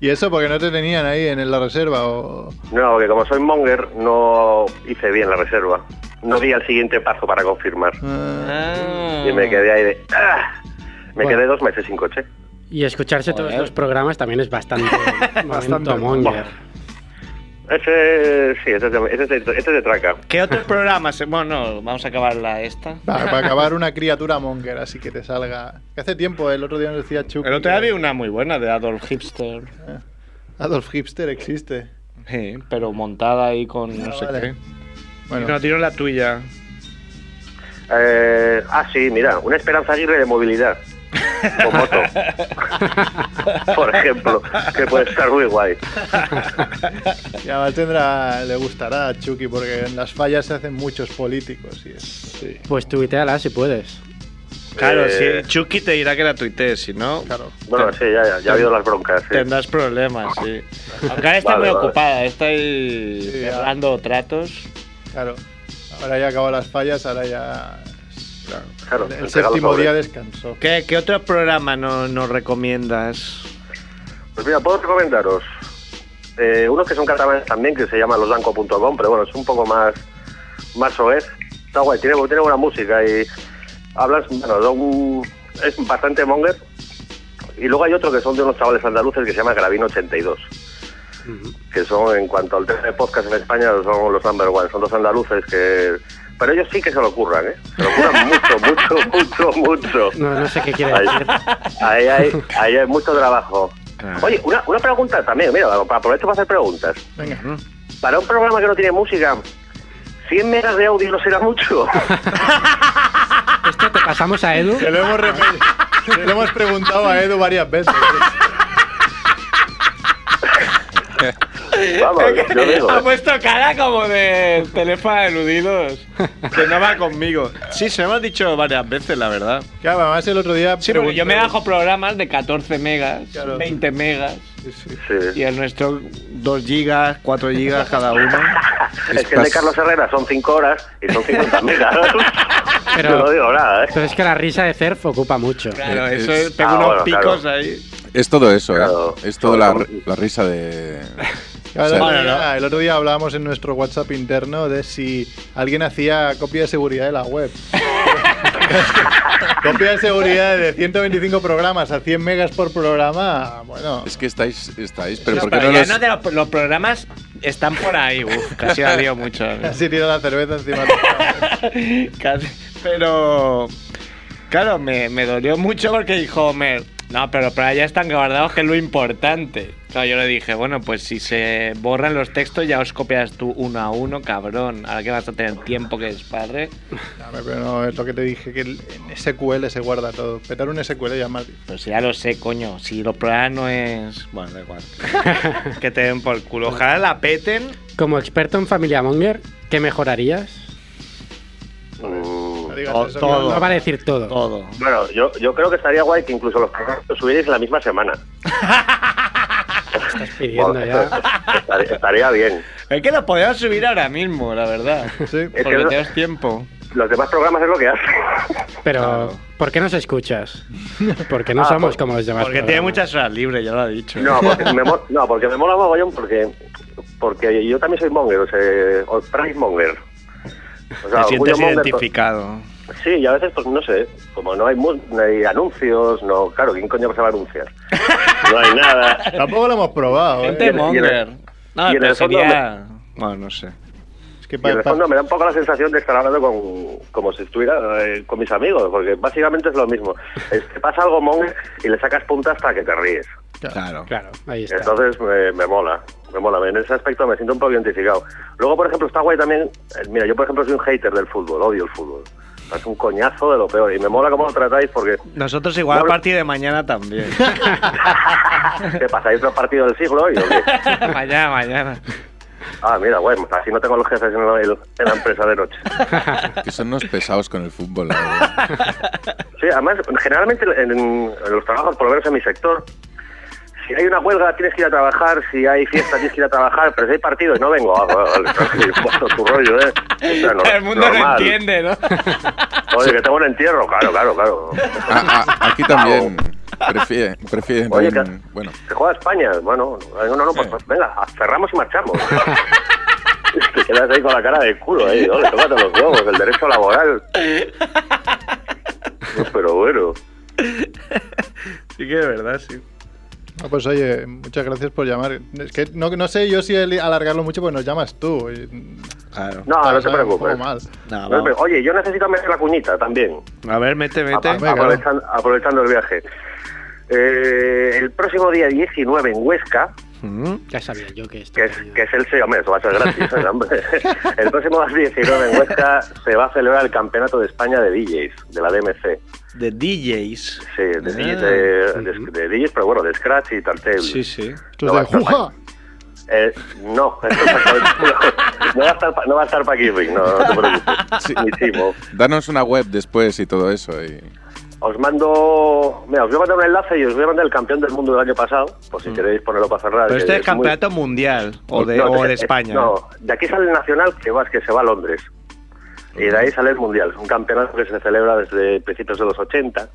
Y eso porque no te tenían ahí en la reserva o.
No, porque como soy monger, no hice bien la reserva. No di al siguiente paso para confirmar.
Ah,
Ah.
Y me quedé ahí de... ¡Ah! Me
Bueno.
quedé dos meses sin coche.
Y escucharse todos
Joder.
los programas también es bastante, bastante
Bastante.
monger.
Ese, sí, ese es de, ese es de- ese es de traca.
¿Qué otros programas? Bueno, vamos a acabar la esta.
Va, para acabar una criatura monger, así que te salga. Que hace tiempo, el otro día nos decía Chuck.
El otro día
que
vi una muy buena de Adolf Hipster,
Adolf Hipster existe.
Sí, pero montada ahí con no
Ah,
sé
vale.
qué.
Bueno,
No, tiro la tuya.
Eh, ah, sí, mira, una Esperanza Aguirre de movilidad. Con moto. Por ejemplo, que puede estar muy guay.
y además tendrá, le gustará a Chucky porque en las fallas se hacen muchos políticos. Y es, sí,
Pues tuiteala si puedes.
Claro,
Eh,
sí. Chucky te dirá que la tuitees, si no,
claro.
Bueno, sí, ya, ya, ya ha habido las broncas. sí.
tendrás problemas, sí. Aunque ahora está
Vale,
muy
vale.
ocupada, está ahí
Sí, ya.
cerrando tratos.
Claro. Ahora ya acabó las fallas, ahora ya. claro.
Claro,
El
el regalo
séptimo
sobre.
día descansó.
¿Qué, qué otro programa no- nos recomiendas?
Pues mira, puedo recomendaros eh, unos que son catalanes también, que se llama losdanco.com, pero bueno, es un poco más, más soez. Está guay, tiene, tiene buena música y hablan, bueno, de un- es bastante monger. Y luego hay otro que son de unos chavales andaluces que se llama Gravino 82, que son, en cuanto al tema de podcast en España, son los number one, son dos andaluces que... Pero ellos sí que se lo curran, ¿eh? Se lo curran mucho, mucho, mucho, mucho.
No, no sé qué quiere
Ahí,
decir.
ahí hay, ahí hay mucho trabajo. Oye, una, una pregunta también, mira, para- aprovecho para hacer preguntas.
Venga.
Para un programa que no tiene música, 100 megas de audio no será mucho.
Esto te pasamos a Edu.
Que lo hemos, repet- que lo hemos preguntado a Edu varias veces.
Vamos, yo digo.
Ah,
Ha puesto cara como de teléfono de eludidos. Que no va conmigo. Sí, se lo hemos dicho varias veces, la verdad.
Claro, además el otro día.
Sí, porque yo me
preguntó-
bajo programas de 14 megas,
Claro.
20 megas.
Sí, sí.
Sí.
Y el nuestro 2 gigas, 4 gigas cada uno.
Es que el de Carlos Herrera son 5 horas y son 50 megas.
Pero-
No lo digo nada, ¿eh?
Pero es que la risa de Cerf ocupa mucho.
Claro,
Eh, Es-
eso es, pego
Ah,
unos
bueno,
picos
claro.
ahí.
Es todo eso, ¿eh?
Claro.
Es toda la,
Son-
la risa de.
Claro, el,
Sí.
otro
Bueno,
día, el otro día hablábamos en nuestro WhatsApp interno de si alguien hacía copia de seguridad de la web. copia de seguridad de 125 programas a 100 megas por programa. Bueno,
Es que estáis, estáis, pero
No,
¿por qué
pero
no
ya
los...?
no te lo- los programas están por ahí. Uf, casi la lío mucho. ¿eh?
casi tira la cerveza encima. de la web.
Casi- pero. Claro, me, me dolió mucho porque dijo Homer. No, pero para allá están guardados, que es lo importante. Claro, yo le dije, bueno, pues si se borran los textos, ya os copias tú uno a uno, cabrón. Ahora que vas a tener tiempo que desparre.
No, hombre, pero no, es lo que te dije, que el- en SQL se guarda todo. Petar un SQL ya es más difícil.
Pero si ya lo sé, coño. Si los programas no es. Bueno, da igual. que te den por culo. Ojalá la peten.
Como experto en Familia Monger, ¿qué mejorarías?
Mm,
No digas
To-
eso,
todo.
que no-
No vale decir todo.
Todo.
Bueno, yo, yo creo que estaría guay que incluso los programas los subierais la misma semana.
Estás
Oh.
pidiendo ya.
Estar- estaría bien.
Es que lo podemos subir ahora mismo, la verdad.
Sí.
Es que
Porque
no-
tenemos tiempo.
Los demás programas es lo que hacen.
Pero, ¿por qué nos escuchas? Porque no
Ah,
somos
por-
como los demás.
Porque tiene
programas.
muchas horas libres, ya lo ha dicho.
No, porque me, mo- no, porque me mola mogollón porque, porque yo también soy monger, o sea, o price monger. O
Te
orgullo
sientes
monger,
identificado.
pues- sí, y a veces, pues no sé, como no hay, mu- no hay anuncios, no, claro, ¿quién coño se va a anunciar? No hay nada.
Tampoco lo hemos probado.
Gente
¿eh?
en- y en el-
monger. No,
y en
pero
el fondo
sería... Bueno, no sé.
Es que
Y
pa-
en el
pa-
fondo me da un poco la sensación de estar hablando con, como si estuviera eh, con mis amigos, porque básicamente es lo mismo. Es que pasa algo monger y le sacas punta hasta que te ríes.
Claro.
Claro, ahí está.
Entonces me, me mola, me mola. En ese aspecto me siento un poco identificado. Luego, por ejemplo, está guay también. eh, Mira, yo por ejemplo soy un hater del fútbol, odio el fútbol. Es un coñazo de lo peor y me mola cómo lo tratáis porque
Nosotros igual a
No,
partir de mañana también.
te pasáis los partidos del siglo y
mañana, mañana.
ah, mira, bueno, así no tengo los jefes en la, en la empresa de noche.
Que son unos pesados con el fútbol, la verdad.
Sí, además, generalmente en, en los trabajos, por lo menos en mi sector, si hay una huelga tienes que ir a trabajar, si hay fiesta tienes que ir a trabajar, pero si hay partido y no vengo, ah, vale, vale, tu rollo, ¿eh? O sea, no-
El mundo
normal.
lo entiende, ¿no?
Oye, que tengo un entierro, claro, claro, claro.
Ah, ah, aquí también. Prefieren, prefieren.
Oye, que-
Bueno,
Se juega España, bueno, no, no, no, pues, pues, venga, cerramos y marchamos. Te quedas ahí con la cara de culo, ahí, ole, tómate los huevos, el derecho laboral. No, pero bueno,
Sí que de verdad, sí.
Ah, pues oye, muchas gracias por llamar. Es que no, no sé yo si el- alargarlo mucho porque nos llamas tú. y-
Claro.
No, no
sabes,
te
sabes, un poco
preocupes.
mal.
No,
No,
vamos.
pero, Oye, yo necesito meter la cuñita también.
A ver, mete, mete.
Apa-
Venga,
aprovechan- aprovechando el viaje. Eh, el próximo día 19 en Huesca,
Mm.
Ya sabía yo que esto.
que es,
tenía-
que es el sí, hombre, eso va a ser gratis, ¿eh, hombre? El próximo día 19 en Huesca se va a celebrar el Campeonato de España de DJs, de la DMC.
De DJs.
Sí, de,
Ah,
DJs, de,
ujú.
de- de DJs, pero bueno, de Scratch y Tartel.
Sí, sí.
Tú
No,
de
bastante.
juja.
Eh, no, no va a estar, pa- no va a estar para no, no te preocupes.
Sí.
Ni Timo.
Danos una web después y todo eso. Y...
Os mando, mira, os voy a mandar un enlace y os voy a mandar el campeón del mundo del año pasado, por si queréis ponerlo para cerrar.
Mm. Pero
que
este es
muy-
campeonato mundial o de,
No,
o de
eh,
España.
No, de aquí sale el nacional que vas, que se va a Londres. Y de ahí sale el mundial, un campeonato que se celebra desde principios de los 80,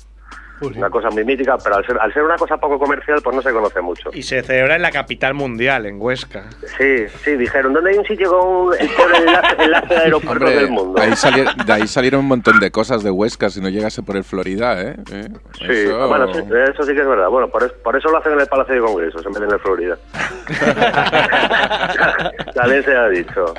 una cosa muy mítica, pero al ser, al ser una cosa poco comercial, pues no se conoce mucho.
Y se celebra en la capital mundial, en Huesca.
Sí, sí, dijeron, ¿dónde hay un sitio con el peor enlace, enlace de aeropuertos
Hombre,
del mundo?
ahí sali- de ahí salieron un montón de cosas de Huesca si no llegase por el Florida, ¿eh? ¿Eh?
Sí,
Eso-
bueno, sí, eso sí que es verdad. Bueno, por, es- por eso lo hacen en el Palacio de Congresos en vez de en el Florida. También se ha dicho.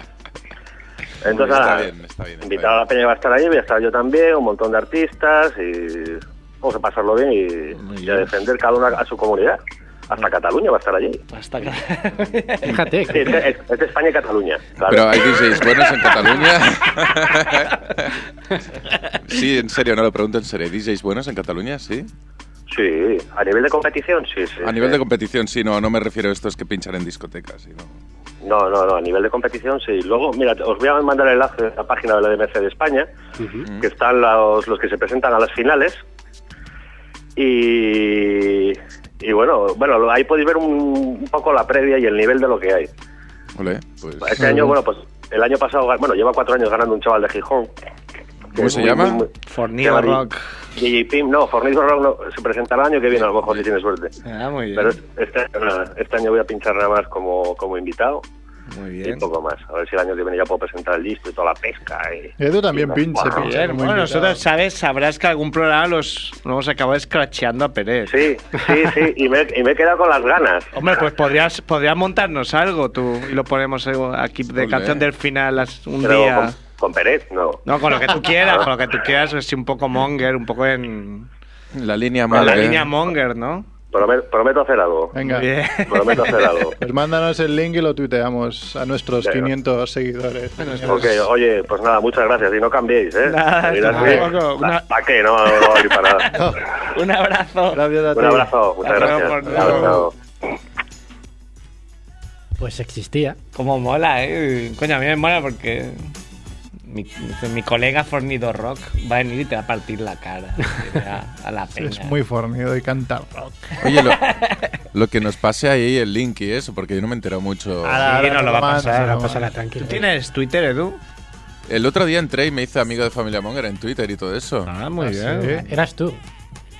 Entonces,
Pues Está
nada,
bien, está bien, está
invitada a la Peña va a estar ahí, voy a estar yo también, un montón de artistas y vamos a pasarlo bien y- y, a defender cada una a su comunidad. Hasta Cataluña va a estar allí.
Hasta que...
Fíjate.
Sí, es,
que-
es- es de España y Cataluña. claro.
Pero hay DJs buenos en Cataluña. sí, en serio, no lo pregunto en serio. ¿Hay DJs buenos en Cataluña? Sí.
Sí, a nivel de competición, sí, sí. eh.
A nivel
sí.
de competición, sí, no, no me refiero a estos que pinchan en discotecas. sino-
No, no, no, a nivel de competición sí. Luego, mira, os voy a mandar el enlace a la página de la DMC de España, que están los, los que se presentan a las finales. Y, y bueno, bueno, ahí podéis ver un, un poco la previa y el nivel de lo que hay.
Ole, pues.
Este año, bueno, pues el año pasado, bueno, lleva cuatro años ganando un chaval de Gijón.
¿Cómo se llama?
Fornido Rock.
Y Pim, no, Fornido Rock no, se presentará el año que viene, a lo mejor si tiene suerte.
Ah, muy bien.
Pero este año, nada, este año voy a pinchar nada más como, como invitado.
Muy
Y
bien.
poco más. A ver si el año que viene ya puedo presentar el disco y toda la pesca. Y,
Edu también
y-
pinche,
Guau.
pinche.
Bien,
Como
bueno,
invitado.
nosotros, ¿sabes? Sabrás que algún programa los nos hemos acabado escracheando a Pérez.
Sí, sí, sí. Y me, y me he quedado con las ganas.
Hombre, pues podrías, podrías montarnos algo tú y lo ponemos aquí de
Ole.
canción del final as- un
Pero
día.
con, con Pérez, no.
No, con lo que tú quieras, con lo que tú quieras, así un poco monger, un poco en,
La línea
en la
madre.
línea monger, ¿no?
Prome- prometo hacer algo.
Venga.
Muy bien.
Prometo hacer algo.
Pues mándanos el link y lo tuiteamos a nuestros
Venga.
500 seguidores.
Ok, oye, pues nada, muchas gracias. Y no cambiéis, ¿eh?
Nada, tampoco, una-
¿Para qué? No, no, no, ni para nada.
un abrazo.
Gracias a ti.
Un abrazo, muchas
Hasta
gracias.
luego, por-
Chao, chao.
Pues existía.
Como mola, eh. Coño, a mí me mola porque mi, mi colega Fornido Rock va a venir y te va a partir la cara a, a la peña.
Es muy fornido y canta rock.
Oye, lo, lo que nos pase ahí el link y eso, porque yo no me he enterado mucho.
Sí, no lo va a
Román,
pasar,
Román.
no
Pásala tranquilo.
¿Tú tienes Twitter, Edu?
El otro día entré y me hice amigo de Familia Monger en Twitter y todo eso.
Ah, muy
Ah,
bien.
sí.
Eras tú.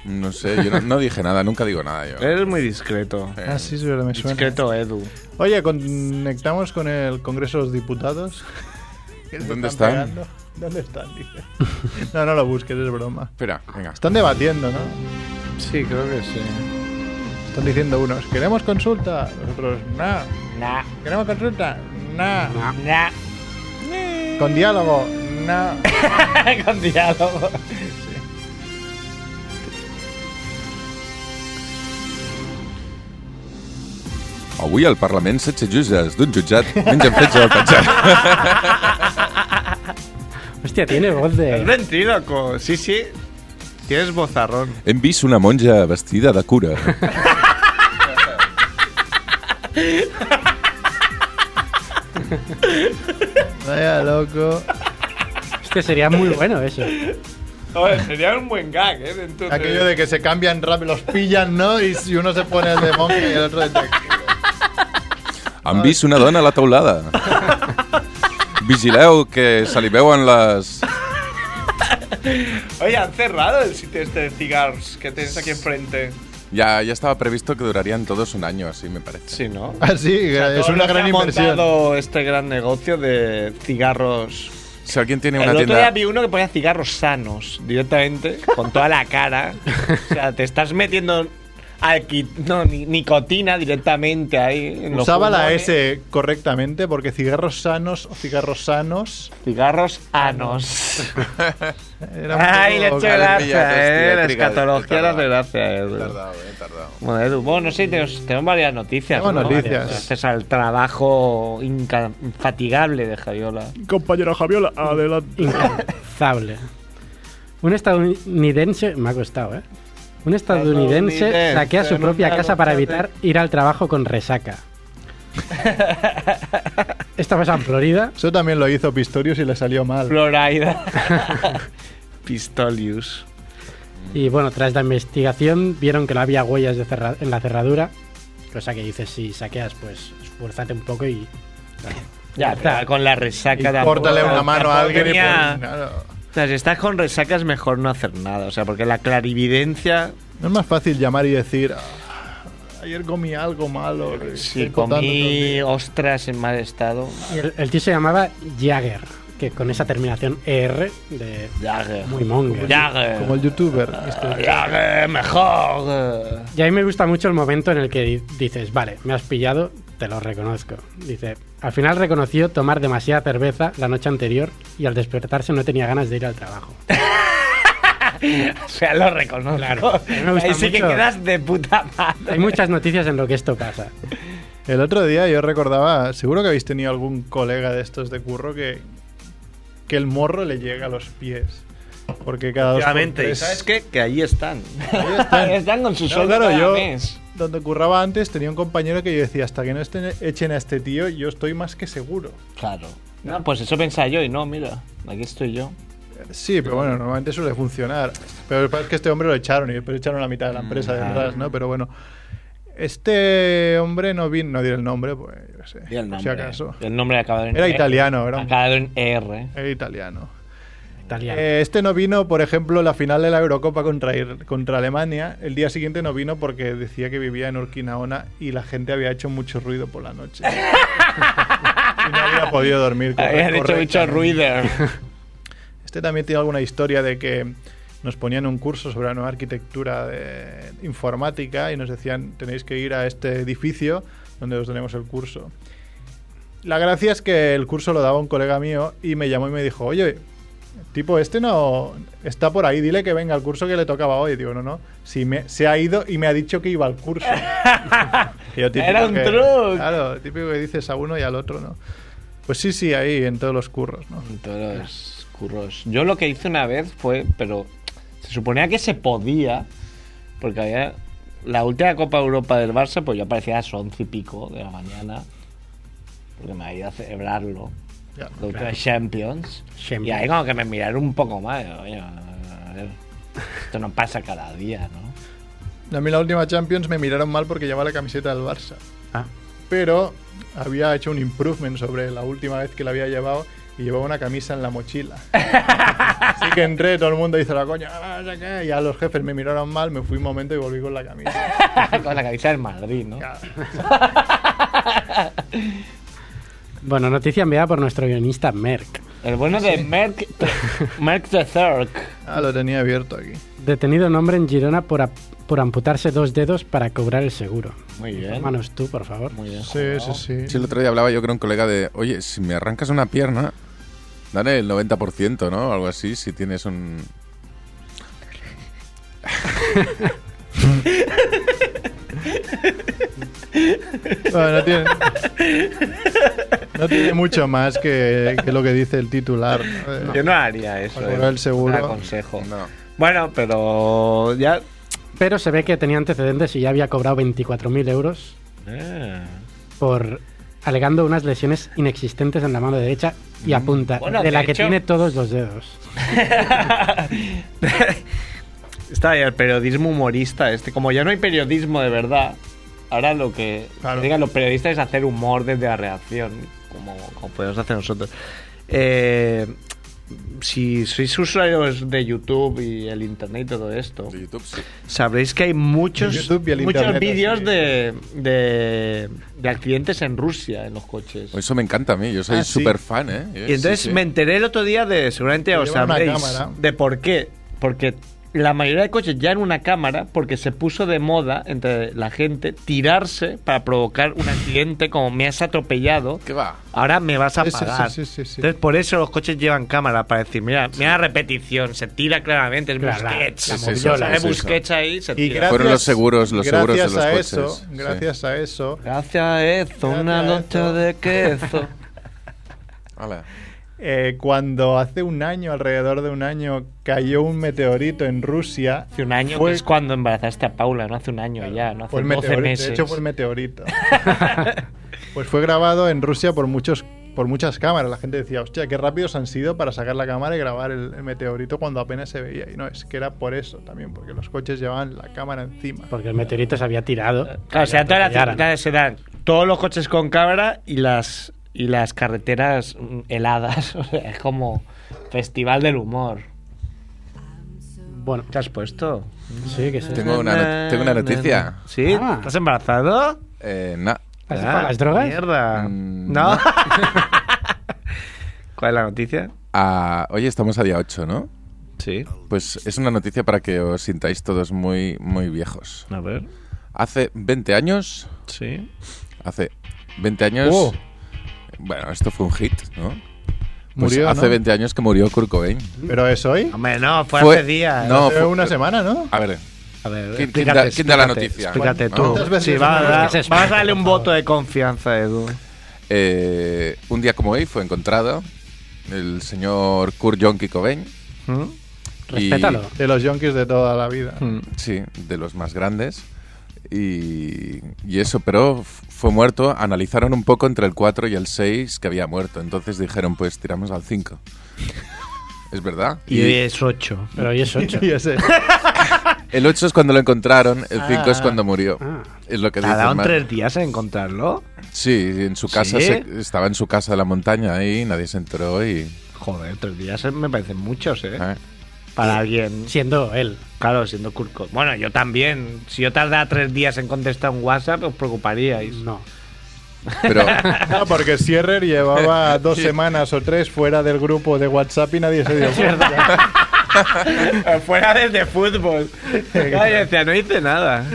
No sé, yo no, no dije nada, nunca digo nada yo.
Eh.
Eres muy discreto.
Eh,
Ah, sí, es verdad, me suena.
Discreto, Edu.
Oye, conectamos con el Congreso de los Diputados. Que se
¿Dónde están?
pegando. ¿Dónde están? Dice. No, no lo busques, es broma.
Espera, venga.
Están debatiendo, ¿no?
Sí, creo que sí.
Están diciendo unos, queremos consulta. Los otros, nah.
Nah,
Queremos consulta, nah.
nah.
Con diálogo, nah.
Con diálogo.
Avui al Parlament 16 jutges d'un jutjat mengen fets al penjat.
Hostia, tiene voz
Es
de.
ventríloco. Sí, sí. Tienes bozarrón.
Hem vist una monja vestida de cura.
Vaya loco.
Hostia, sería muy bueno eso.
sería un buen gag, ¿eh? Dentro
Aquello de que se cambian rápido, los pillan, ¿no? Y si uno se pone de monje y el otro de taxi.
Han vist una dona a la teulada. Vigileu que se li veuen les...
Oye, han cerrado el sitio este de cigars que tienes aquí enfrente.
Ya, ya estaba previsto que durarían todos un año, así me parece.
Sí, ¿no?
Ah, sí, es una gran inversión.
montado este gran negocio de cigarros.
Si alguien tiene
El
una
otro día
tienda...
vi uno que ponía cigarros sanos directamente, con toda la cara. O sea, te estás metiendo alqui- no, ni- nicotina directamente ahí. en los
Usaba la
pulmones.
S correctamente porque cigarros sanos o cigarros sanos.
Cigarros anos.
Era un
Ay, le he
poco-
hecho
Calumnia,
gracia, eh. La
tríatrica,
escatología le
tardaba.
hace gracia, eh.
He tardado, he tardado.
Bueno, Edu, bueno, no sé, tenemos, tenemos varias noticias.
Tenemos
¿no?
noticias.
Gracias al trabajo inca- infatigable de Javiola.
Compañera Javiola, adelante.
Incansable. Un estadounidense. Me ha costado, ¿eh? Un estadounidense
Estadounidense,
saquea su
nunca
propia
lo
casa para
sabe.
evitar ir al trabajo con resaca. Esta pasa en Florida.
Eso también lo hizo Pistorius y le salió mal.
Florida. Pistolius.
Y bueno, tras la investigación vieron que no había huellas de cerra- en la cerradura. Cosa que dices, si saqueas, pues esfuérzate un poco y.
Ya está, con la resaca de
Córtale una mano a alguien y pues, claro.
O sea, si estás con resaca es mejor no hacer nada, o sea, porque la clarividencia,
No es más fácil llamar y decir. "Ah, Ayer comí algo malo. que
si
estoy potando todo el día".
comí ostras en mal estado,
y el, el tío se llamaba Jagger, que con esa terminación ER de.
Jagger.
Muy monger.
Jagger.
Como el youtuber.
Ah,
este.
Jagger, mejor.
Y a mí me gusta mucho el momento en el que di- dices, vale, me has pillado, te lo reconozco. Dice, al final reconoció tomar demasiada cerveza la noche anterior y al despertarse no tenía ganas de ir al trabajo.
O sea, lo reconozco.
Claro, a mí me gusta
Ahí sí que
mucho.
quedas de puta
Hay
madre.
muchas noticias en lo que esto pasa.
El otro día yo recordaba, seguro que habéis tenido algún colega de estos de curro que, que el morro le llega a los pies. Porque cada dos por
¿Y
tres-
¿Sabes qué? Que ahí están.
Ahí están.
con su
No,
sueldo
claro,
cada
yo
mes.
donde curraba antes tenía un compañero que yo decía, hasta que no estén- echen a este tío, yo estoy más que seguro.
Claro. No, pues eso pensaba yo y no, mira, aquí estoy yo.
Sí, pero bueno, normalmente suele funcionar. Pero es que este hombre lo echaron y después echaron la mitad de la
Mm,
empresa detrás, ¿no? Pero bueno, este hombre no vino, no diré el nombre, pues yo qué sé,
Di el nombre.
si acaso.
El nombre acabado en
Era
R.
italiano, era un-
Acabado en R.
Era italiano.
Italiano.
Eh, este no vino, por ejemplo, la final de la Eurocopa contra, Ir- contra Alemania. El día siguiente no vino porque decía que vivía en Urquinaona y la gente había hecho mucho ruido por la noche. y no había podido dormir. corre-
Habían hecho mucho
correctamente.
ruido.
Este también tiene alguna historia de que nos ponían un curso sobre la nueva arquitectura de informática y nos decían tenéis que ir a este edificio donde os tenemos el curso. La gracia es que el curso lo daba un colega mío y me llamó y me dijo, oye, tipo, este no está por ahí, dile que venga al curso que le tocaba hoy. Digo, no, no, si me, se ha ido y me ha dicho que iba al curso. Y yo, típico
Era un
que-
truco.
Claro, típico que dices a uno y al otro, ¿no? Pues sí, sí, ahí en todos los curros, ¿no?
Todos los curros. Yo lo que hice una vez fue, pero se suponía que se podía, porque había la última Copa Europa del Barça, pues yo aparecía a las once y pico de la mañana, porque me había ido a celebrarlo.
Ya.
La última Champions.
Champions.
Y ahí como que me miraron un poco más. digo, "Oye, a ver, esto no pasa cada día, ¿no?
A mí la última Champions me miraron mal porque llevaba la camiseta del Barça.
Ah,
Pero había hecho un improvement sobre la última vez que la había llevado y llevaba una camisa en la mochila. Así que entré, todo el mundo hizo la coña, "Ah, no sé qué", y a los jefes me miraron mal, me fui un momento y volví con la camisa.
Con la cabeza del Madrid, ¿no?
Claro.
Bueno, noticia enviada por nuestro guionista Merck.
El bueno de Merck, Merck the Third.
Ah, lo tenía abierto aquí.
Detenido un hombre en Girona por, ap- por amputarse dos dedos para cobrar el seguro.
Muy bien.
Manos tú, por favor.
Muy bien.
Sí, sí, sí.
Sí, el otro día hablaba yo con un colega de, oye, si me arrancas una pierna, dale el 90%, ¿no? O Algo así, si tienes un...
Bueno, no, tiene, no tiene mucho más que, que lo que dice el titular. ¿no? Eh,
Yo no haría eso.
Para
eh.
cobrar el seguro.
No aconsejo.
No.
Bueno, pero ya.
Pero se ve que tenía antecedentes y ya había cobrado 24.000 euros
Ah.
por alegando unas lesiones inexistentes en la mano derecha y
Mm.
apunta
Bueno,
de,
de
la que
hecho-
tiene todos los dedos.
Está ahí el periodismo humorista. Este, como ya no hay periodismo de verdad, ahora lo que
Claro.
digan los periodistas es hacer humor desde la reacción, como, como podemos hacer nosotros. Eh, si sois usuarios de YouTube y el internet y todo esto,
De YouTube, sí.
sabréis que hay muchos,
YouTube y el
muchos
internet,
vídeos
sí.
de, de, de accidentes en Rusia, en los coches.
Eso me encanta a mí, yo soy
Ah, sí.
súper fan, ¿eh?
Y entonces
Sí, sí.
me enteré el otro día de, seguramente
Que
os
llevan una
sabréis,
cámara.
de por qué. Porque la mayoría de coches ya en una cámara porque se puso de moda entre la gente tirarse para provocar un accidente como me has atropellado.
¿Qué va?
Ahora me vas a
Sí, sí,
pagar.
sí, sí, sí.
Entonces, por eso los coches llevan cámara para decir, mira, mira la repetición, se tira claramente, es
Claro, la-
Busquets.
la
Sí,
sí,
moviola.
Sale
sí, sí.
Busquets ahí, se
Y
tira.
gracias-
Fueron los seguros, los seguros de
gracias
los
a
coches,
Eso,
sí.
Gracias a eso.
Gracias a esto,
Gracias
una
a
loncha
esto.
de queso.
Hola.
eh, cuando hace un año, alrededor de un año, cayó un meteorito en Rusia.
Hace un año
Fue-
que es cuando embarazaste a Paula, no hace un año ya, no hace
Fue el
12
meteorito,
meses.
De hecho, fue el meteorito. pues fue grabado en Rusia por muchos por muchas cámaras. La gente decía, hostia, qué rápidos han sido para sacar la cámara y grabar el, el meteorito cuando apenas se veía. Y no, es que era por eso también, porque los coches llevaban la cámara encima.
Porque el meteorito se había tirado.
Claro, o sea, todas las
Atropellaran.
ciudades se dan todos los coches con cámara y las y las carreteras mm, heladas. O sea, es como festival del humor.
Bueno,
¿Te has puesto?
sí, que sí.
Tengo una no- tengo una noticia.
¿Sí?
Ah.
¿Estás embarazado?
Eh, na-
¿Has ido para las drogas?
Ah. Mierda.
Mm,
Ah. ¿No?
no.
¿Cuál es la noticia?
ah, hoy estamos a día 8, ¿no?
Sí.
Pues es una noticia para que os sintáis todos muy, muy viejos.
A ver.
Hace 20 años,
Sí.
hace 20 años,
Oh.
bueno, esto fue un hit, ¿no? Pues
Murió,
hace
¿no?
20 años que murió Kurt Cobain.
Pero es hoy.
Hombre, no, fue,
Fue-
hace días.
no.
hace
fue-
una semana, ¿no?
A ver,
A ver,
¿Quién- quién da- quién da la
explícate,
noticia?
Explícate
¿No?
tú.
¿Cuántas veces
Sí, va a
hemos
dar-
hablado?
vas a darle un voto de confianza, Edu.
eh, un día como hoy fue encontrado el señor Kurt Jonky Cobain.
¿Mm?
y-
Respétalo.
De los yonkis de toda la vida.
Mm.
Hmm. Sí, de los más grandes. Y, y eso, pero f- fue muerto. Analizaron un poco entre el 4 y el 6 que había muerto. Entonces dijeron, pues tiramos al 5. es verdad.
Y hoy es 8.
Pero hoy es 8.
Y ese-
el 8 es cuando lo encontraron, el 5 es
Ah.
cuando murió.
Ah.
Es lo que
¿Te ha
dicen,
dado
Mar-
tres días en encontrarlo?
Sí, en su casa,
¿Sí?
se- estaba en su casa de la montaña ahí, nadie se enteró y...
Joder, tres días me parecen muchos, ¿eh?
Ah,
Para alguien.
Siendo él.
Claro, siendo curco. Bueno, yo también. Si yo tardara tres días en contestar un WhatsApp, os preocuparíais.
No.
Pero
No, porque Sierrer llevaba dos semanas o tres fuera del grupo de WhatsApp y nadie se dio cuenta.
Fuera desde fútbol. Ay, decía, no hice nada.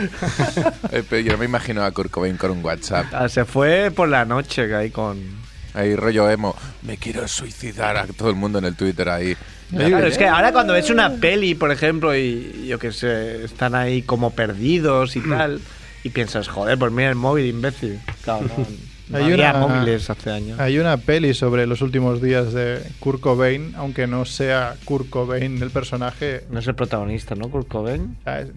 eh, pero yo no me imagino a Kurt Cobain con un WhatsApp.
Ah, Se fue por la noche que ahí con.
Ahí rollo emo, me quiero suicidar a todo el mundo en el Twitter ahí.
Claro, es que ahora cuando ves una peli, por ejemplo, y yo que sé, Eh, están ahí como perdidos y tal, y piensas, joder, pues mira el móvil, imbécil. Claro, no, no
Hay
había
una-
móviles hace años.
Hay una peli sobre los últimos días de Kurt Cobain, aunque no sea Kurt Cobain el personaje,
No es el protagonista, ¿no? Kurt Cobain
o sea, es,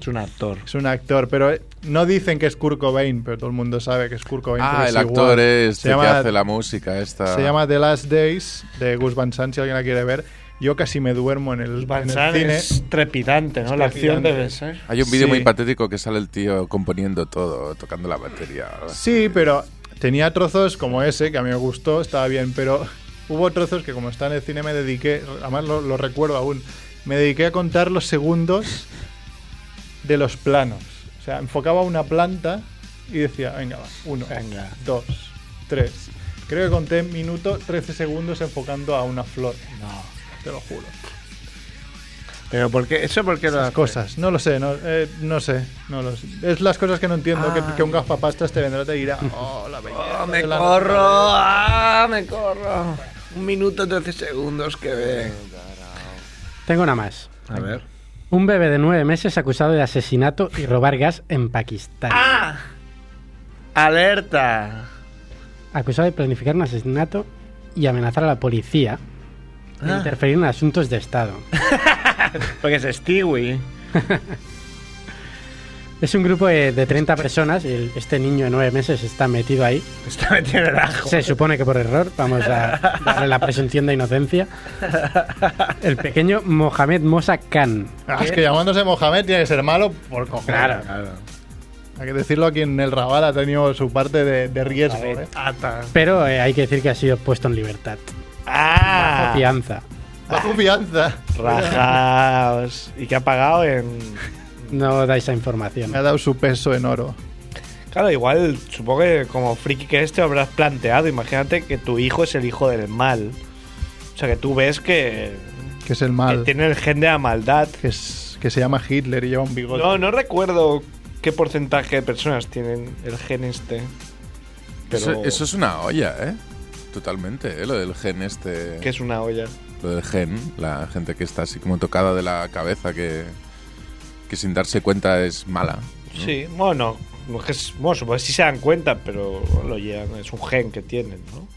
es un actor.
es un actor, pero eh, no dicen que es Kurt Cobain, pero todo el mundo sabe que es Kurt Cobain.
Ah,
porque
el
es igual.
actor es
se
este que
llama,
hace la música esta.
se llama The Last Days de Gus Van Sant, si alguien la quiere ver. Yo casi me duermo en el, en el cine.
es trepidante, ¿no?
La acción debe
ser.
Hay un vídeo
Sí.
muy patético que sale el tío componiendo todo, tocando la batería.
Sí, pero tenía trozos como ese, que a mí me gustó, estaba bien, pero hubo trozos que como está en el cine me dediqué, además lo, lo recuerdo aún, me dediqué a contar los segundos de los planos. O sea, enfocaba una planta y decía, venga, va, uno,
Venga.
dos, tres. Creo que conté en minuto 13 segundos enfocando a una flor. No. Te lo juro.
Pero porque eso porque
Las
las
cosas, no lo sé, no, eh, no sé, no lo sé. Es las cosas que no entiendo,
Ah.
que, que un gafapastas te vendrá y te dirá, oh, la belleza
me
de la
corro,
naturaleza".
ah, me corro. Un minuto 13 segundos que ven.
Tengo una más.
A ver.
Un bebé de nueve meses acusado de asesinato y robar gas en Pakistán.
¡Ah! Alerta.
Acusado de planificar un asesinato y amenazar a la policía. e
Ah.
interferir en asuntos de Estado.
Porque es Stewie.
Es un grupo de, de 30 personas. y el- este niño de nueve meses está metido ahí.
Está metido en el ajo.
Se supone que por error, vamos a darle la presunción de inocencia. El pequeño Mohamed Mosa Khan.
Ah, es que llamándose Mohamed tiene que ser malo por cojones.
Claro.
Hay que decirlo aquí en el Raval ha tenido su parte de, de riesgo. ¿eh?
Ata.
Pero eh, hay que decir que ha sido puesto en libertad.
¡Ah!
Fianza.
Bajo fianza.
Rajaos. ¿Y qué ha pagado en.?
No da esa información.
Me ha dado su peso en oro.
Claro, igual, supongo que como friki que este habrás planteado. Imagínate que tu hijo es el hijo del mal. O sea, que tú ves que.
que es el
Que
mal,
tiene el gen de la maldad.
que, es, que se llama Hitler y lleva un bigote.
No, no recuerdo qué porcentaje de personas tienen el gen este. Pero
Eso, eso es una olla, ¿eh? Totalmente, ¿eh? Lo del gen este.
que es una olla.
Lo del gen, la gente que está así como tocada de la cabeza, que, que sin darse cuenta es mala.
Sí, bueno, no es que es- bueno, supongo que sí se dan cuenta, pero lo llevan, es un gen que tienen, ¿no?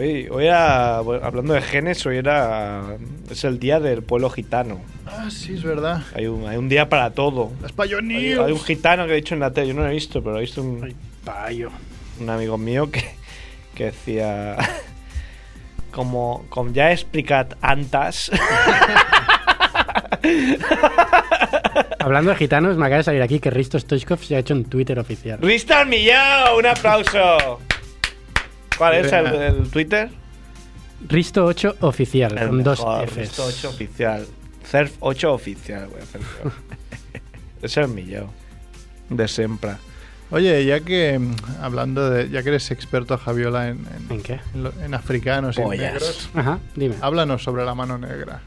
Hoy, hoy era, bueno, hablando de genes, hoy era, es el día del pueblo gitano.
Ah, sí, es verdad.
Hay un, hay un día para todo.
Las
Hay,
Pioneers.
hay un gitano que he dicho en la tele, yo no lo he visto, pero he visto un,
Payo.
un amigo mío que, que decía como, com ya he explicat antes
Hablando de gitanos, me acaba de salir aquí que Risto Stoichkov se ha hecho un Twitter oficial.
Risto Millao, un aplauso ¿cuál es el, el Twitter?
Risto 8 oficial,
El
con dos
mejor,
Fs.
Risto 8 oficial Surf 8 oficial voy a hacer yo. es el Millao de siempre
Oye, ya que mm, hablando de, ya que eres experto Javiola en, en-
¿En qué?
en lo- en africanos y en
Pollas.
negros,
Ajá, dime.
háblanos sobre la mano negra.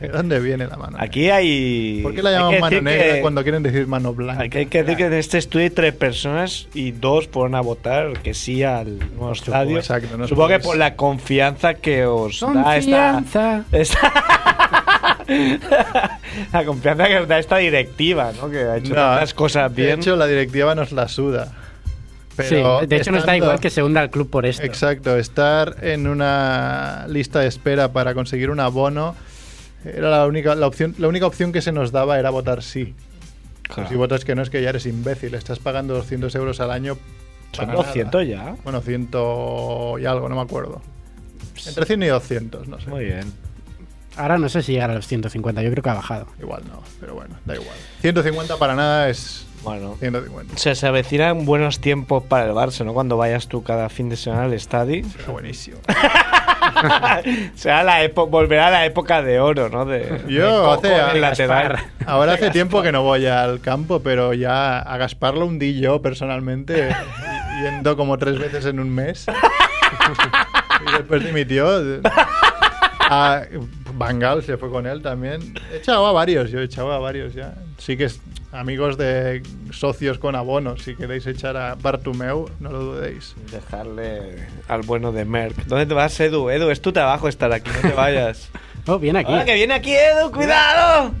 ¿De dónde viene la mano? negra?
aquí hay
¿Por qué la
hay
llaman
que
mano
decir
negra
que-
cuando quieren decir mano blanca?
Hay que, hay que decir que en este estudio hay tres personas y dos fueron a votar que sí al nuevo estadio.
exacto, no os
Supongo que
podéis-
por la confianza que os da esta.
Confianza.
esta- la confianza que os da esta directiva, ¿no? Que ha hecho tantas cosas
De
bien.
hecho, la directiva nos la suda. Pero
sí, de hecho nos da
estando-
igual que se hunda el club por esto.
Exacto, estar en una lista de espera para conseguir un abono era la única, la opción, la única opción que se nos daba era votar sí.
Claro.
Si votas que no es que ya eres imbécil, estás pagando 200 euros al año.
Son
para pues nada.
200 ya.
Bueno, 100 y algo, no me acuerdo. Entre 100 y 200, no sé.
Muy bien.
Ahora no sé si llegará a los 150, yo creo que ha bajado.
Igual no, pero bueno, da igual. 150 para nada es
Bueno.
150.
O sea, se avecinan buenos tiempos para el Barça, ¿no? Cuando vayas tú cada fin de semana al estadio.
Está buenísimo.
Será la época, volverá la época de oro, ¿no? De,
Yo, eh,
de Coco
hace-
en
hace
el lateral.
Ahora hace tiempo que no voy al campo, pero ya a Gaspar lo hundí yo personalmente, y- yendo como tres veces en un mes. y después dimitió. A Bangal se fue con él también. He echado a varios, yo he echado a varios ya. Sí que es amigos de socios con abonos, si queréis echar a Bartumeu, no lo dudéis.
Dejarle al bueno de Merck. ¿Dónde te vas, Edu? Edu, es tu trabajo estar aquí, no te vayas.
Oh, bien aquí.
¡Ah, que viene aquí, Edu! ¡Cuidado!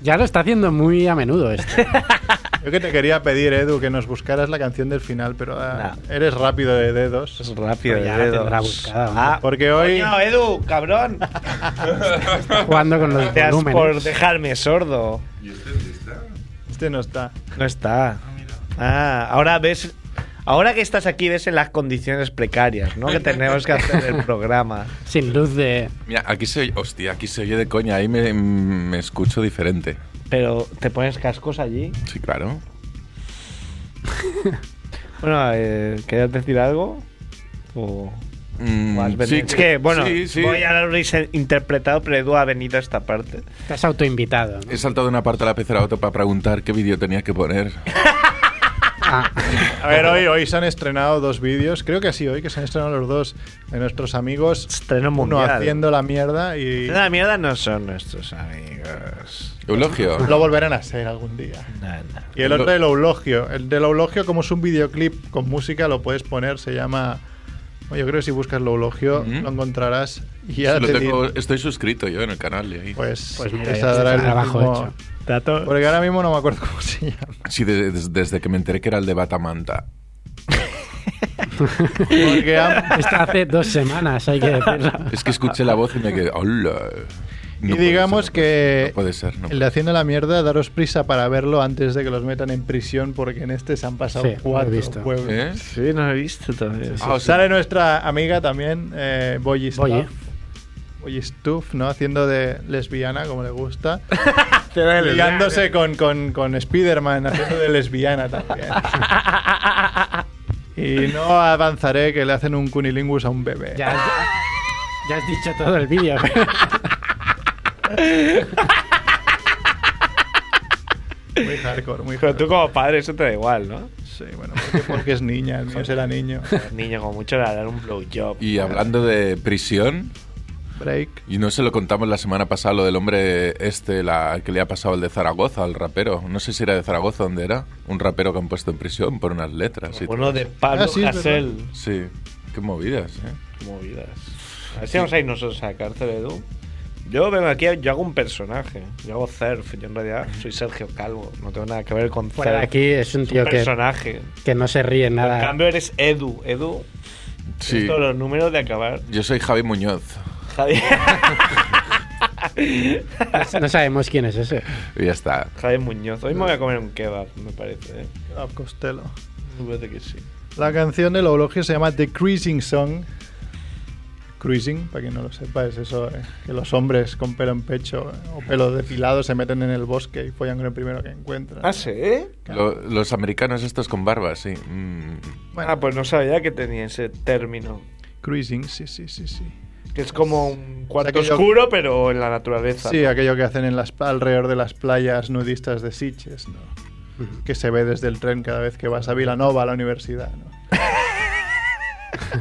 Ya lo está haciendo muy a menudo esto.
Yo que te quería pedir, Edu, que nos buscaras la canción del final, pero ah, eres rápido de dedos.
Es rápido,
Pero ya la
Edu.
tendrá buscada, ¿no?
Ah,
Porque hoy...
coño, Edu, cabrón.
Jugando con los
Gracias por
volúmenes.
dejarme sordo.
Este no está.
No está. Ah, ahora ves. Ahora que estás aquí, ves en las condiciones precarias, ¿no? Que tenemos que hacer el programa.
Sin luz de.
Mira, aquí se oye, hostia, aquí se oye de coña, ahí me, me escucho diferente.
Pero, ¿te pones cascos allí?
Sí, claro.
Bueno, eh, ¿querías decir algo? O.
Mm,
o Pues has
sí,
venido- es que, bueno,
sí, sí.
voy a lo habréis interpretado, pero Edu ha venido a esta parte.
Te has autoinvitado. ¿no?
He saltado de una parte a la pecera a otra para preguntar qué vídeo tenía que poner.
Ah,
A ver, hoy, hoy se han estrenado dos vídeos, creo que sí, hoy que se han estrenado los dos de nuestros amigos.
Estreno
Uno
mundial.
haciendo la mierda y
La mierda no son nuestros amigos.
Eulogio.
lo volverán a hacer algún día.
No, no.
Y el otro del Eulogio. El del Eulogio, como es un videoclip con música, lo puedes poner, se llama... Yo creo que si buscas Eulogio
Ujú.
lo encontrarás. Y
Sí,
ya
lo
te
tengo-
diré.
estoy suscrito yo en el canal. ¿eh? y ahí.
Pues,
Pues mira,
te
ya
saldrá
está,
el
trabajo
último-
hecho.
Porque ahora mismo no me acuerdo cómo se llama.
Sí, de- des- desde que me enteré que era el de Batamanta.
Porque han-
esto hace dos semanas, hay que decirlo.
Es que escuché la voz y me quedé. ¡Hola! No
y
puede
digamos
ser, no
que
puede ser, no puede ser, no
el de Haciendo la Mierda, daros prisa para verlo antes de que los metan en prisión, porque en este se han pasado
Sí, lo he
cuatro
visto.
pueblos.
puede ser. ¿Eh?
Sí, no lo he visto también.
Ah, o sea,
Sale nuestra amiga también, eh, Boy Stuff.
Boy, eh.
Boy Stuff, ¿no? Haciendo de lesbiana, como le gusta.
Te
Ligándose con, con, con Spider-Man, haciendo de lesbiana también. y no avanzaré que le hacen un cunilingus a un bebé.
Ya has, ya has dicho todo el vídeo.
Muy hardcore, muy
Pero
hardcore.
tú como padre eso te da igual, ¿no?
Sí, bueno, porque, porque es niña, el mío será niño.
Niño, como mucho le darán un blowjob.
Y hablando de prisión,
Break.
Y no se lo contamos la semana pasada, lo del hombre este, la que le ha pasado el de Zaragoza, al rapero. No sé si era de Zaragoza, ¿dónde era? Un rapero que han puesto en prisión por unas letras. Y
Uno de Pablo
Ah, sí, es
Hasél.
todo. Sí, qué movidas, ¿eh?
Movidas. A ver si vamos a ir nosotros a la cárcel, Edu. Yo vengo aquí, yo hago un personaje. Yo hago surf. Yo en realidad soy Sergio Calvo. No tengo nada que ver con
Fuera de
surf.
aquí es un
Es
tío
un
que,
personaje.
que no se ríe
En
nada.
cambio, eres Edu. Edu,
Sí.
todos los números de acabar.
Yo soy Javi Muñoz.
Javier,
No sabemos quién es ese.
Y ya está.
Javier Muñoz. Hoy me voy a comer un kebab, me parece. ¿eh?
Ab Costello.
Me parece que sí.
La canción del Oblogio se llama The Cruising Song. Cruising, para quien no lo sepa, es eso, eh, que los hombres con pelo en pecho eh, o pelo depilado se meten en el bosque y follan con el primero que encuentran.
Ah, sí, ¿eh?
Lo- los americanos estos con barba, sí. Mm.
Bueno.
Ah, pues no sabía que tenía ese término.
Cruising, sí, sí, sí, sí.
Que es como un cuarto
aquello-
oscuro, pero en la naturaleza.
Sí,
¿no?
aquello que hacen en las, alrededor de las playas nudistas de Sitges, ¿no? que se ve desde el tren cada vez que vas a Vilanova a la universidad. ¿no?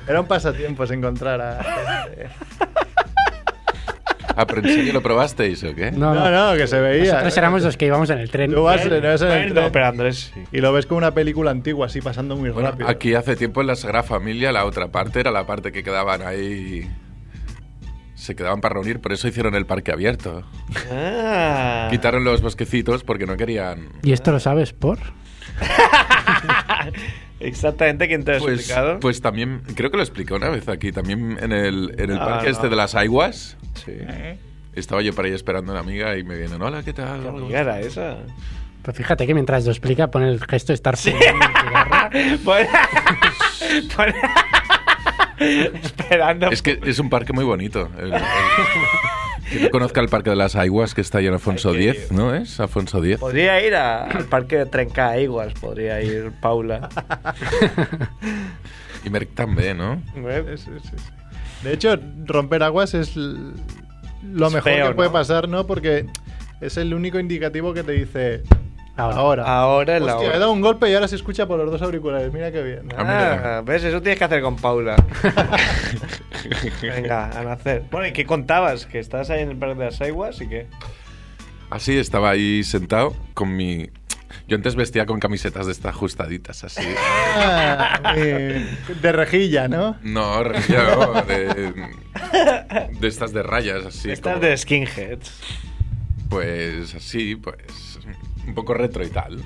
Era un pasatiempo encontrar a... gente.
Ah, pero en serio lo probasteis, ¿o qué?
No, no.
No, no, que se veía.
Nosotros éramos los que íbamos en el tren.
Tú vas, no es en el
Bueno,
tren.
pero Andrés sí.
Y lo ves como una película antigua, así pasando muy
Bueno,
rápido.
aquí hace tiempo en la Sagrada Familia la otra parte era la parte que quedaban ahí. Se quedaban para reunir, por eso hicieron el parque abierto.
Ah.
Quitaron los bosquecitos porque no querían.
¿Y esto lo sabes por?
Exactamente, ¿quién te lo ha
Pues,
explicado?
pues también, creo que lo expliqué una vez aquí, también en el, en el
Ah,
parque
no.
este de las Aiguas.
sí.
Estaba yo para ahí esperando a una amiga y me vienen, hola, ¿qué tal?
¿Qué amiga era esa?
Pues fíjate que mientras lo explica pone el gesto de estar fumando un cigarro.
Pon- pon- pues, Esperando.
Es que es un parque muy bonito. el- el- que no conozca el parque de las Aiguas que está ahí en Alfonso
Ay, qué
X, ¿no es? Alfonso X.
Podría ir a- al parque de Trenca Iguas, podría ir Paula.
Y Merck también, ¿no?
Sí, sí, sí, sí. De hecho, romper aguas es l- lo
Es
mejor
feo,
que puede
¿no?
pasar, ¿no? Porque es el único indicativo que te dice
Ahora.
ahora.
Ahora es la
Hostia, he
hora.
dado un golpe y ahora se escucha por los dos auriculares. Mira qué bien.
Ah, mira.
Ah, ¿Ves? Eso tienes que hacer con Paula. Venga, a nacer. Bueno, ¿y qué contabas? ¿Que estabas ahí en el parque de las aguas y qué?
Así estaba ahí sentado con mi... Yo antes vestía con camisetas de estas ajustaditas, así.
Ah, eh, de rejilla, ¿no?
No, rejilla no, de, de estas de rayas, así.
Estás
como-
de skinheads.
Pues así, pues un poco retro y tal.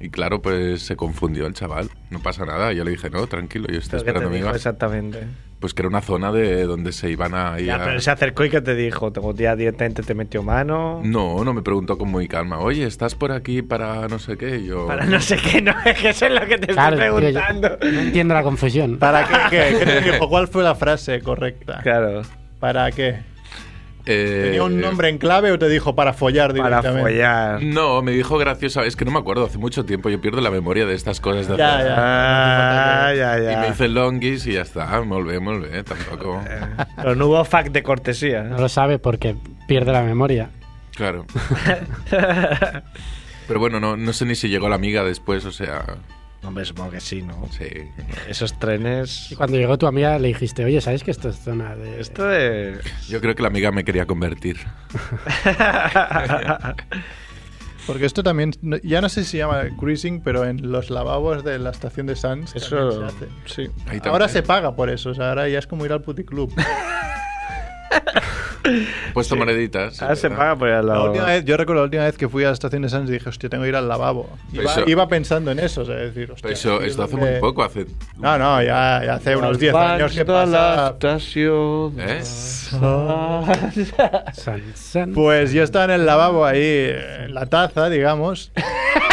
Y claro, pues se confundió el chaval. No pasa nada. Yo le dije, no, tranquilo, yo estoy
Lo que te
esperando a mi
dijo
amiga.
exactamente.
Pues que era una zona de donde se iban a ir
Ya,
a-
pero se acercó y que te dijo, tengo ya directamente te metió mano.
No, no me preguntó con muy calma. Oye, ¿estás por aquí para no sé qué? Y Yo...
Para no sé qué, no, es que eso es lo que te
Claro,
estoy
tío, yo-
preguntando.
no entiendo la confusión.
¿Para qué? qué? ¿Qué- qué- ¿Cuál fue la frase correcta?
Claro,
¿Para qué?
Eh,
¿Tenía un nombre en clave o te dijo para follar
para
directamente?
follar.
No, me dijo graciosa. Es que no me acuerdo, hace mucho tiempo yo pierdo la memoria de estas cosas. De
Ya,
hacer-
Ah, ya,
Y me
ya.
hice longis y ya está. ah, Molt bé, molt bé, tampoco.
Pero no hubo fact de cortesía.
No lo sabe porque pierde la memoria.
Claro. Pero bueno, no, no sé ni si llegó la amiga después, o sea...
Hombre, supongo que sí, ¿no?
Sí.
Esos
Y
trenes.
cuando llegó tu amiga le dijiste, oye, ¿sabes que esto es zona de...?
Esto de.
Yo creo que la amiga me quería convertir.
Ah,
Porque esto también, no- ya no sé si se llama cruising, pero en los lavabos de la estación de Sanz también se
Eso.
hace.
Sí.
Ahí también.
Ahora se paga por eso, o sea, ahora ya es como ir al puticlub.
Puesto moneditas.
Ahora Ah, se
¿no?
paga por ir al
La
lavabo.
última vez, yo recuerdo la última vez que fui a la estación de Sanz y dije, hostia, tengo que ir al lavabo. Iba,
Eso-
iba pensando en eso, o sea, decir, hostia.
Pero eso,
aquí es
esto hace
donde-
muy poco, hace...
No, no, ya, ya hace unos 10 años que
Avanza la
pasa.
estación.
¿Eh?
San, san.
Pues yo estaba en el lavabo ahí, en la taza, digamos.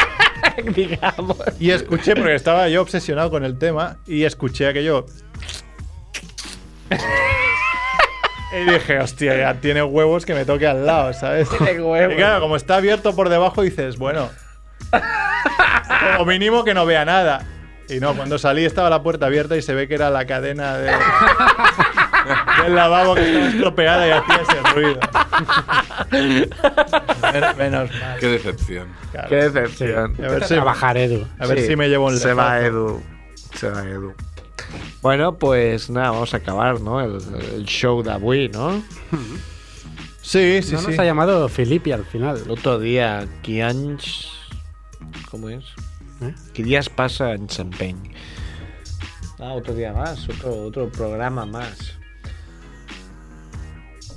digamos. Y escuché, porque estaba yo obsesionado con el tema, y escuché aquello. y dije, hostia, ya tiene huevos que me toque al lado, ¿sabes? Tiene huevos. Y claro, como está abierto por debajo, dices, bueno. o mínimo que no vea nada. Y no, cuando salí estaba la puerta abierta y se ve que era la cadena de, del lavabo que estaba estropeada y hacía ese ruido. Men- Menos mal.
Qué decepción.
claro.
Qué decepción.
A ver si,
Trabajar, Edu.
a ver
Sí.
eh.
si me llevo un
Se va
lezazo.
Edu. Se va Edu. Bueno, pues nada, vamos a acabar, ¿no? El, el show de avui, ¿no?
Sí, sí,
no
sí.
nos ha llamado Filippi al final.
El otro día, qui anys... ¿Cómo es?
¿Eh?
¿Qué días pasa en Champagne? Ah, otro día más, otro, otro programa más.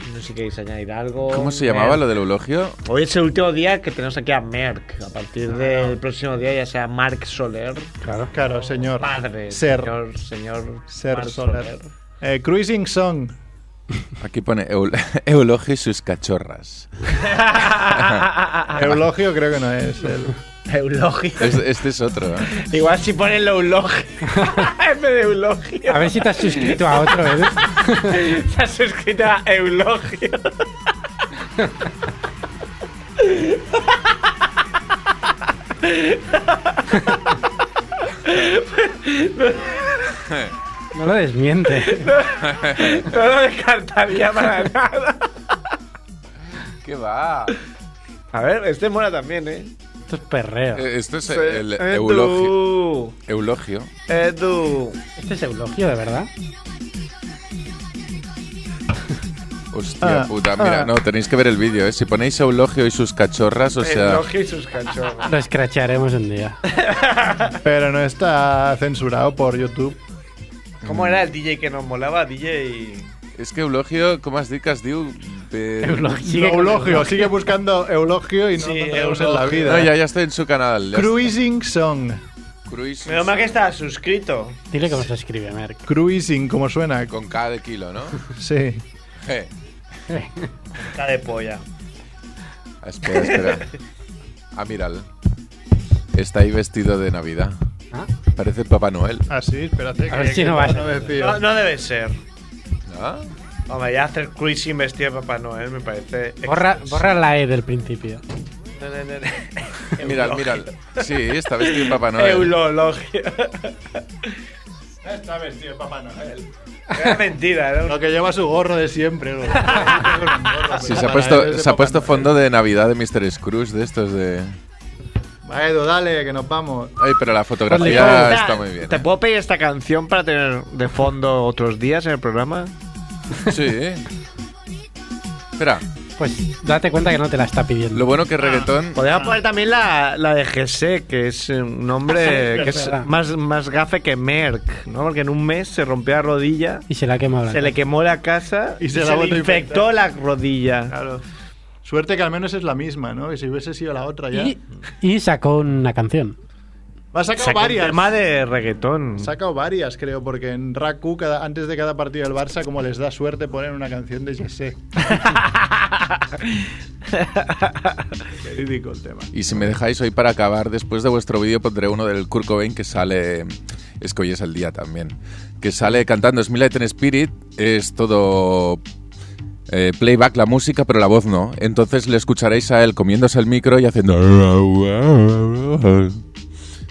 No sé si queréis añadir algo.
¿Cómo se llamaba
Merck.
lo del eulogio?
Hoy es el último día que tenemos aquí a Merck. A partir del próximo día ya sea Marc Soler.
Claro.
Claro, señor.
Padre.
Ser.
Señor, señor.
Ser
Marc
Soler. Eh, Cruising Song.
Aquí pone eul- eulogio y sus cachorras.
Ah,
Eulogio creo que no es. el-
Eulogio.
Es- este es otro. ¿eh?
Igual si ponen Eulogio. en vez de Eulogio.
A ver si te has suscrito a otro, ¿eh?
Se ha suscrito a Eulogio.
No lo desmiente.
No lo descartaría para nada.
¿Qué va? Eh,
A ver, este mola también, ¿eh?
Esto es perreo.
Eh, Esto es el
Eh,
eulogio. Eulogio.
Edu.
Este es eulogio, de verdad.
Hostia
Ah,
puta, mira,
ah.
no, tenéis que ver el vídeo, ¿eh? Si ponéis eulogio y sus cachorras, o sea...
Eulogio y sus cachorros.
Lo escracharemos un día.
Pero no está censurado por YouTube.
¿Cómo era el DJ que nos molaba? DJ.
Es que eulogio, com es diu que es diu? De...
Sigue con
eulogio, sigue buscando Eulogio y no
Sí,
lo encontraremos en la
Eulogio.
vida.
No, ya, ya estoy en su canal. ya
Cruising Song.
está. Cruise.
Menos mal que estaba suscrito.
Dile cómo se escribe, Merck.
Cruising, como suena.
Con K de kilo, ¿no?
Sí.
Eh,
Está de polla.
espera, espera. Ah, mira'l. Está ahí vestido de Navidad.
Ah.
Parece Papá Noel.
Así, Ah, espérate.
A ver si no va a ser.
me fío.
No, no debe ser.
¿Ah?
Hombre, ya hacer cruising vestido de Papá Noel me parece.
Borra,
exceso.
borra la E del principio.
No, no, no, no.
Mira'l, mira'l. Sí, está vestido de Papá Noel.
Eulologio.
Está vestido Papá Noel.
Era mentira, era
Lo
un.
que lleva su gorro de siempre. ¿no? Gorro,
Sí,
pero Papá Noel
se ha
es
puesto,
de
se ha
Papá
puesto
Noel.
fondo de Navidad de Mr. Scrooge, de estos de...
Va, Edu, dale, que nos vamos.
Ay, pero la
Oye,
fotografía
¿cómo?
Ah, está muy bien. eh.
¿Te puedo pedir esta canción para tener de fondo otros días en el programa?
¿eh? Sí. Espera,
Pues date cuenta que no te la está pidiendo.
lo bueno que es reggaetón...
Podríamos poner también la, la de GC, que es eh, un hombre que es
verdad.
más, más gafe que Merck, ¿no? Porque en un mes se rompió la rodilla,
Y se la ha quemado la
se le
cara.
quemó la casa
Y
y
se
se,
la
le
botó
infectó
infectada.
la rodilla.
Claro. Suerte que al menos es la misma, ¿no? Que si hubiese sido la otra ya.
y, y sacó una canción.
Va a sacar
Sacó un
varias.
tema de reggaetón.
Ha sacado varias, creo, porque en Raku, cada- antes de cada partido del Barça, como les da suerte, ponen una canción de Jesse. Qué ridículo el tema.
Y si me dejáis hoy para acabar, después de vuestro vídeo pondré uno del Kurt Cobain que sale, es que hoy es el día también, que sale cantando Smiley and Spirit, es todo eh, playback la música, pero la voz no. Entonces le escucharéis a él comiéndose el micro y haciendo...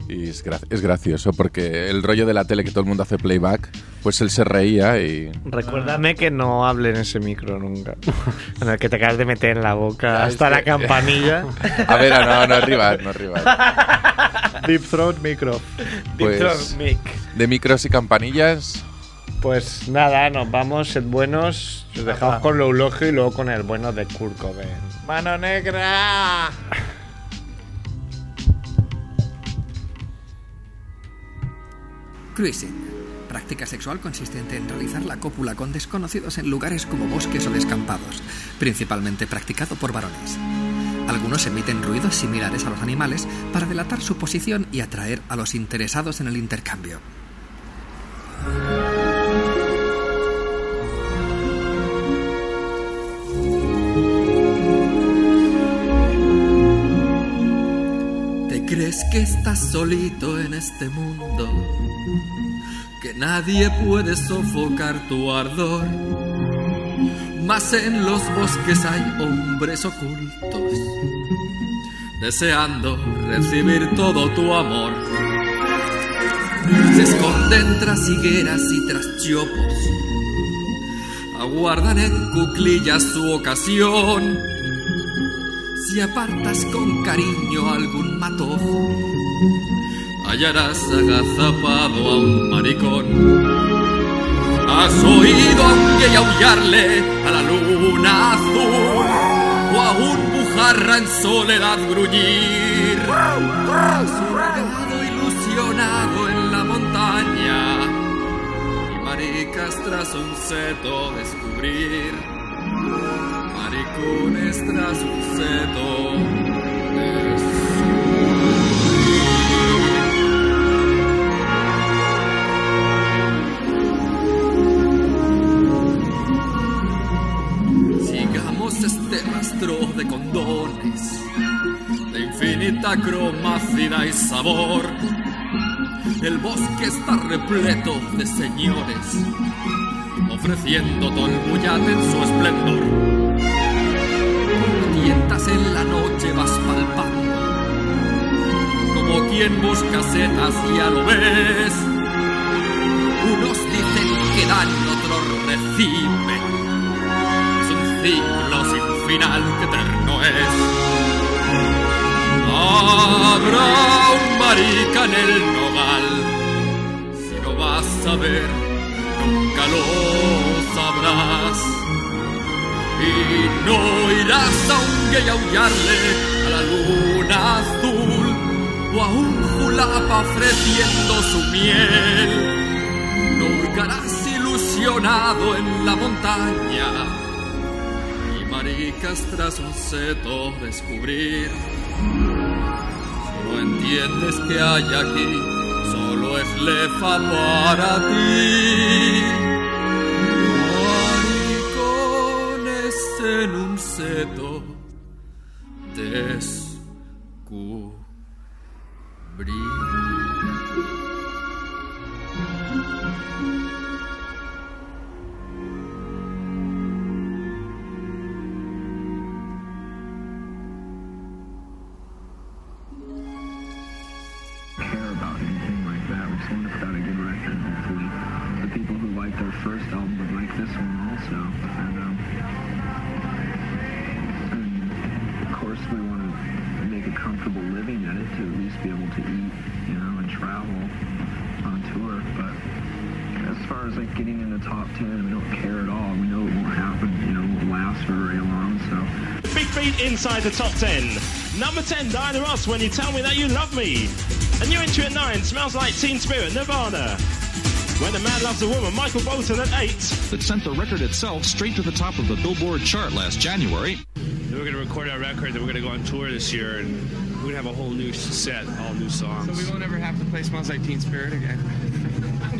Y es, gra- es gracioso porque el rollo de la tele que todo el mundo hace playback, pues él se reía y...
Recuérdame que no hable en ese micro nunca. en el que te acabas de meter en la boca
Ya, es
hasta la
que-
campanilla.
A ver, no, no arriba, no arriba.
Deep Throat Micro.
Pues de micros y campanillas...
pues nada, nos vamos, sed buenos. Os dejamos con lo eulogio y luego con el bueno de Kurt Cobain.
Mano negra.
Cruising. Práctica sexual consistente en realizar la cópula con desconocidos en lugares como bosques o descampados, principalmente practicado por varones. Algunos emiten ruidos similares a los animales para delatar su posición y atraer a los interesados en el intercambio. ¿Te crees que estás solito en este mundo? Que nadie puede sofocar tu ardor. Mas en los bosques hay hombres ocultos, deseando recibir todo tu amor. Se esconden tras higueras y tras chopos, aguardan en cuclillas su ocasión. Si apartas con cariño algún matojo, hallarás agazapado a un marido.
Rubicón. ¿Has oído que aullarle a la luna azul? ¿O a un bujarra en soledad gruñir? Su regado ilusionado en la montaña y maricas tras un seto descubrir. Maricones tras un seto Sigamos este rastro de condones, de infinita cromacidad y sabor. El bosque está repleto de señores, ofreciendo tolmullate en su esplendor. A Tientas en la noche vas palpando, como quien busca setas ya lo ves. Unos dicen que dan, otros reciben es un ciclo sin final que eterno es. Habrá un marica en el nogal, si no vas a ver, nunca lo sabrás. Y no irás aunque aullarle a la luna azul o a un julapa ofreciendo su miel. No hurgarás ilusionado en la montaña y maricas tras un seto descubrir. Si no entiendes que hay aquí, solo es lefa para ti. Maricones en un seto descubrir.
care about anything like that, which seemed to put out a good record this week. The people who like their first album would like this one also. And, um, and of course, we want to make a comfortable living at it to at least be able to eat, you know, and travel on tour. But as far as like getting in the top 10, we don't care at all. We know it won't happen, you know, it won't last for very long, so.
Big beat inside the top 10. Number 10, Diana Ross, When You Tell Me That You Love Me. A new entry at 9, Smells Like Teen Spirit, Nirvana. When a Man Loves a Woman, Michael Bolton at 8.
that sent the record itself straight to the top of the Billboard chart last January.
We're going to record our record that we're going to go on tour this year and we're going to have a whole new set, all new songs.
So we won't ever have to play Smells Like Teen Spirit again.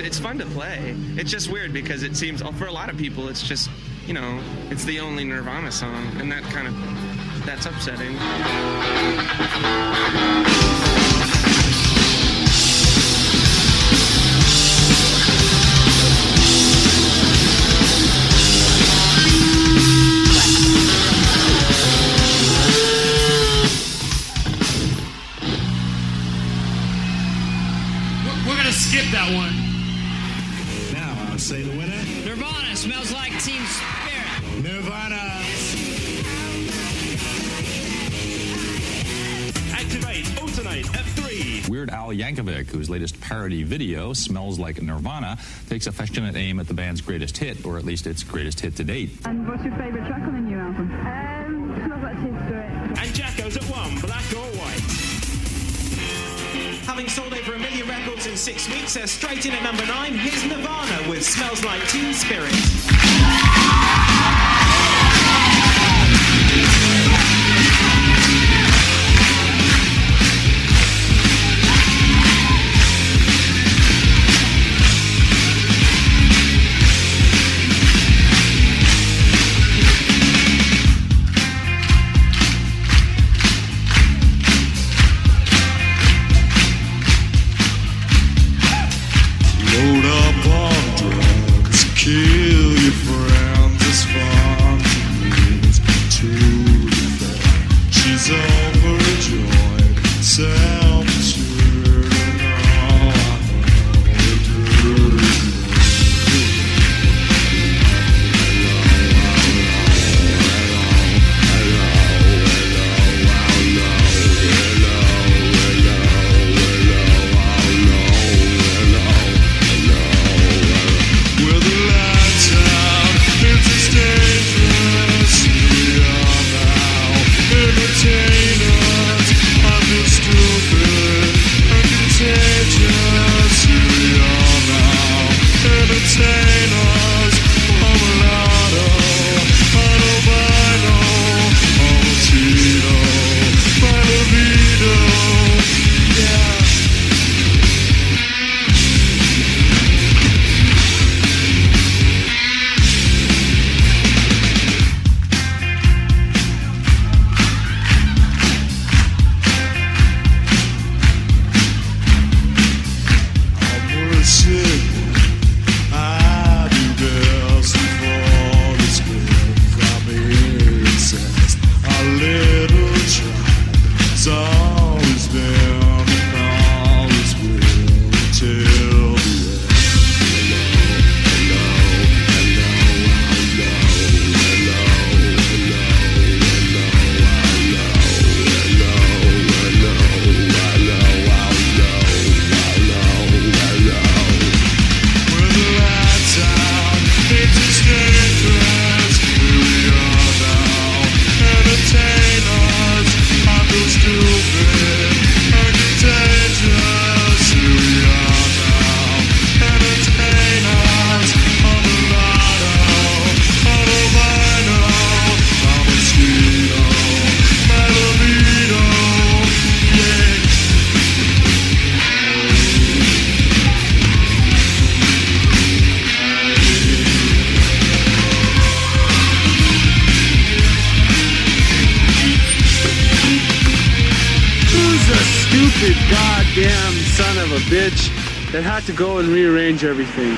it's fun to play. It's just weird because it seems, for a lot of people, it's just, you know, it's the only Nirvana song, and that kind of, that's upsetting.
We're, we're gonna skip that one.
Now I'll say the winner.
Nirvana smells like Teen Spirit.
Nirvana. Activate, alternate at 3.
Weird Al Yankovic, whose latest parody video, Smells Like Nirvana, takes affectionate aim at the band's greatest hit, or at least its greatest hit to date.
And what's your favourite track on the new album? Um, Smells Like Teen Spirit.
And Jacko's at 1, black or white.
Having sold over a million records in six weeks, they're straight in at number nine. Here's Nirvana with Smells Like Teen Spirit.
Load up on drugs, kill your friends, it's fun.
stupid goddamn son of a bitch that had to go and rearrange everything.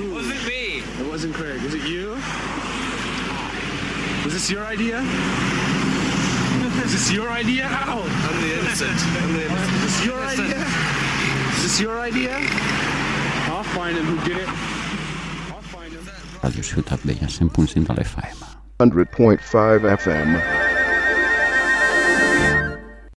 Who was it me? It wasn't Craig. Was it you? Was this your idea? Is this your idea? Ow! I'm the innocent. I'm the innocent. Is this your idea? Is this your idea? I'll find him who did it.
Radiociutat de Llacent.5
100.5 FM.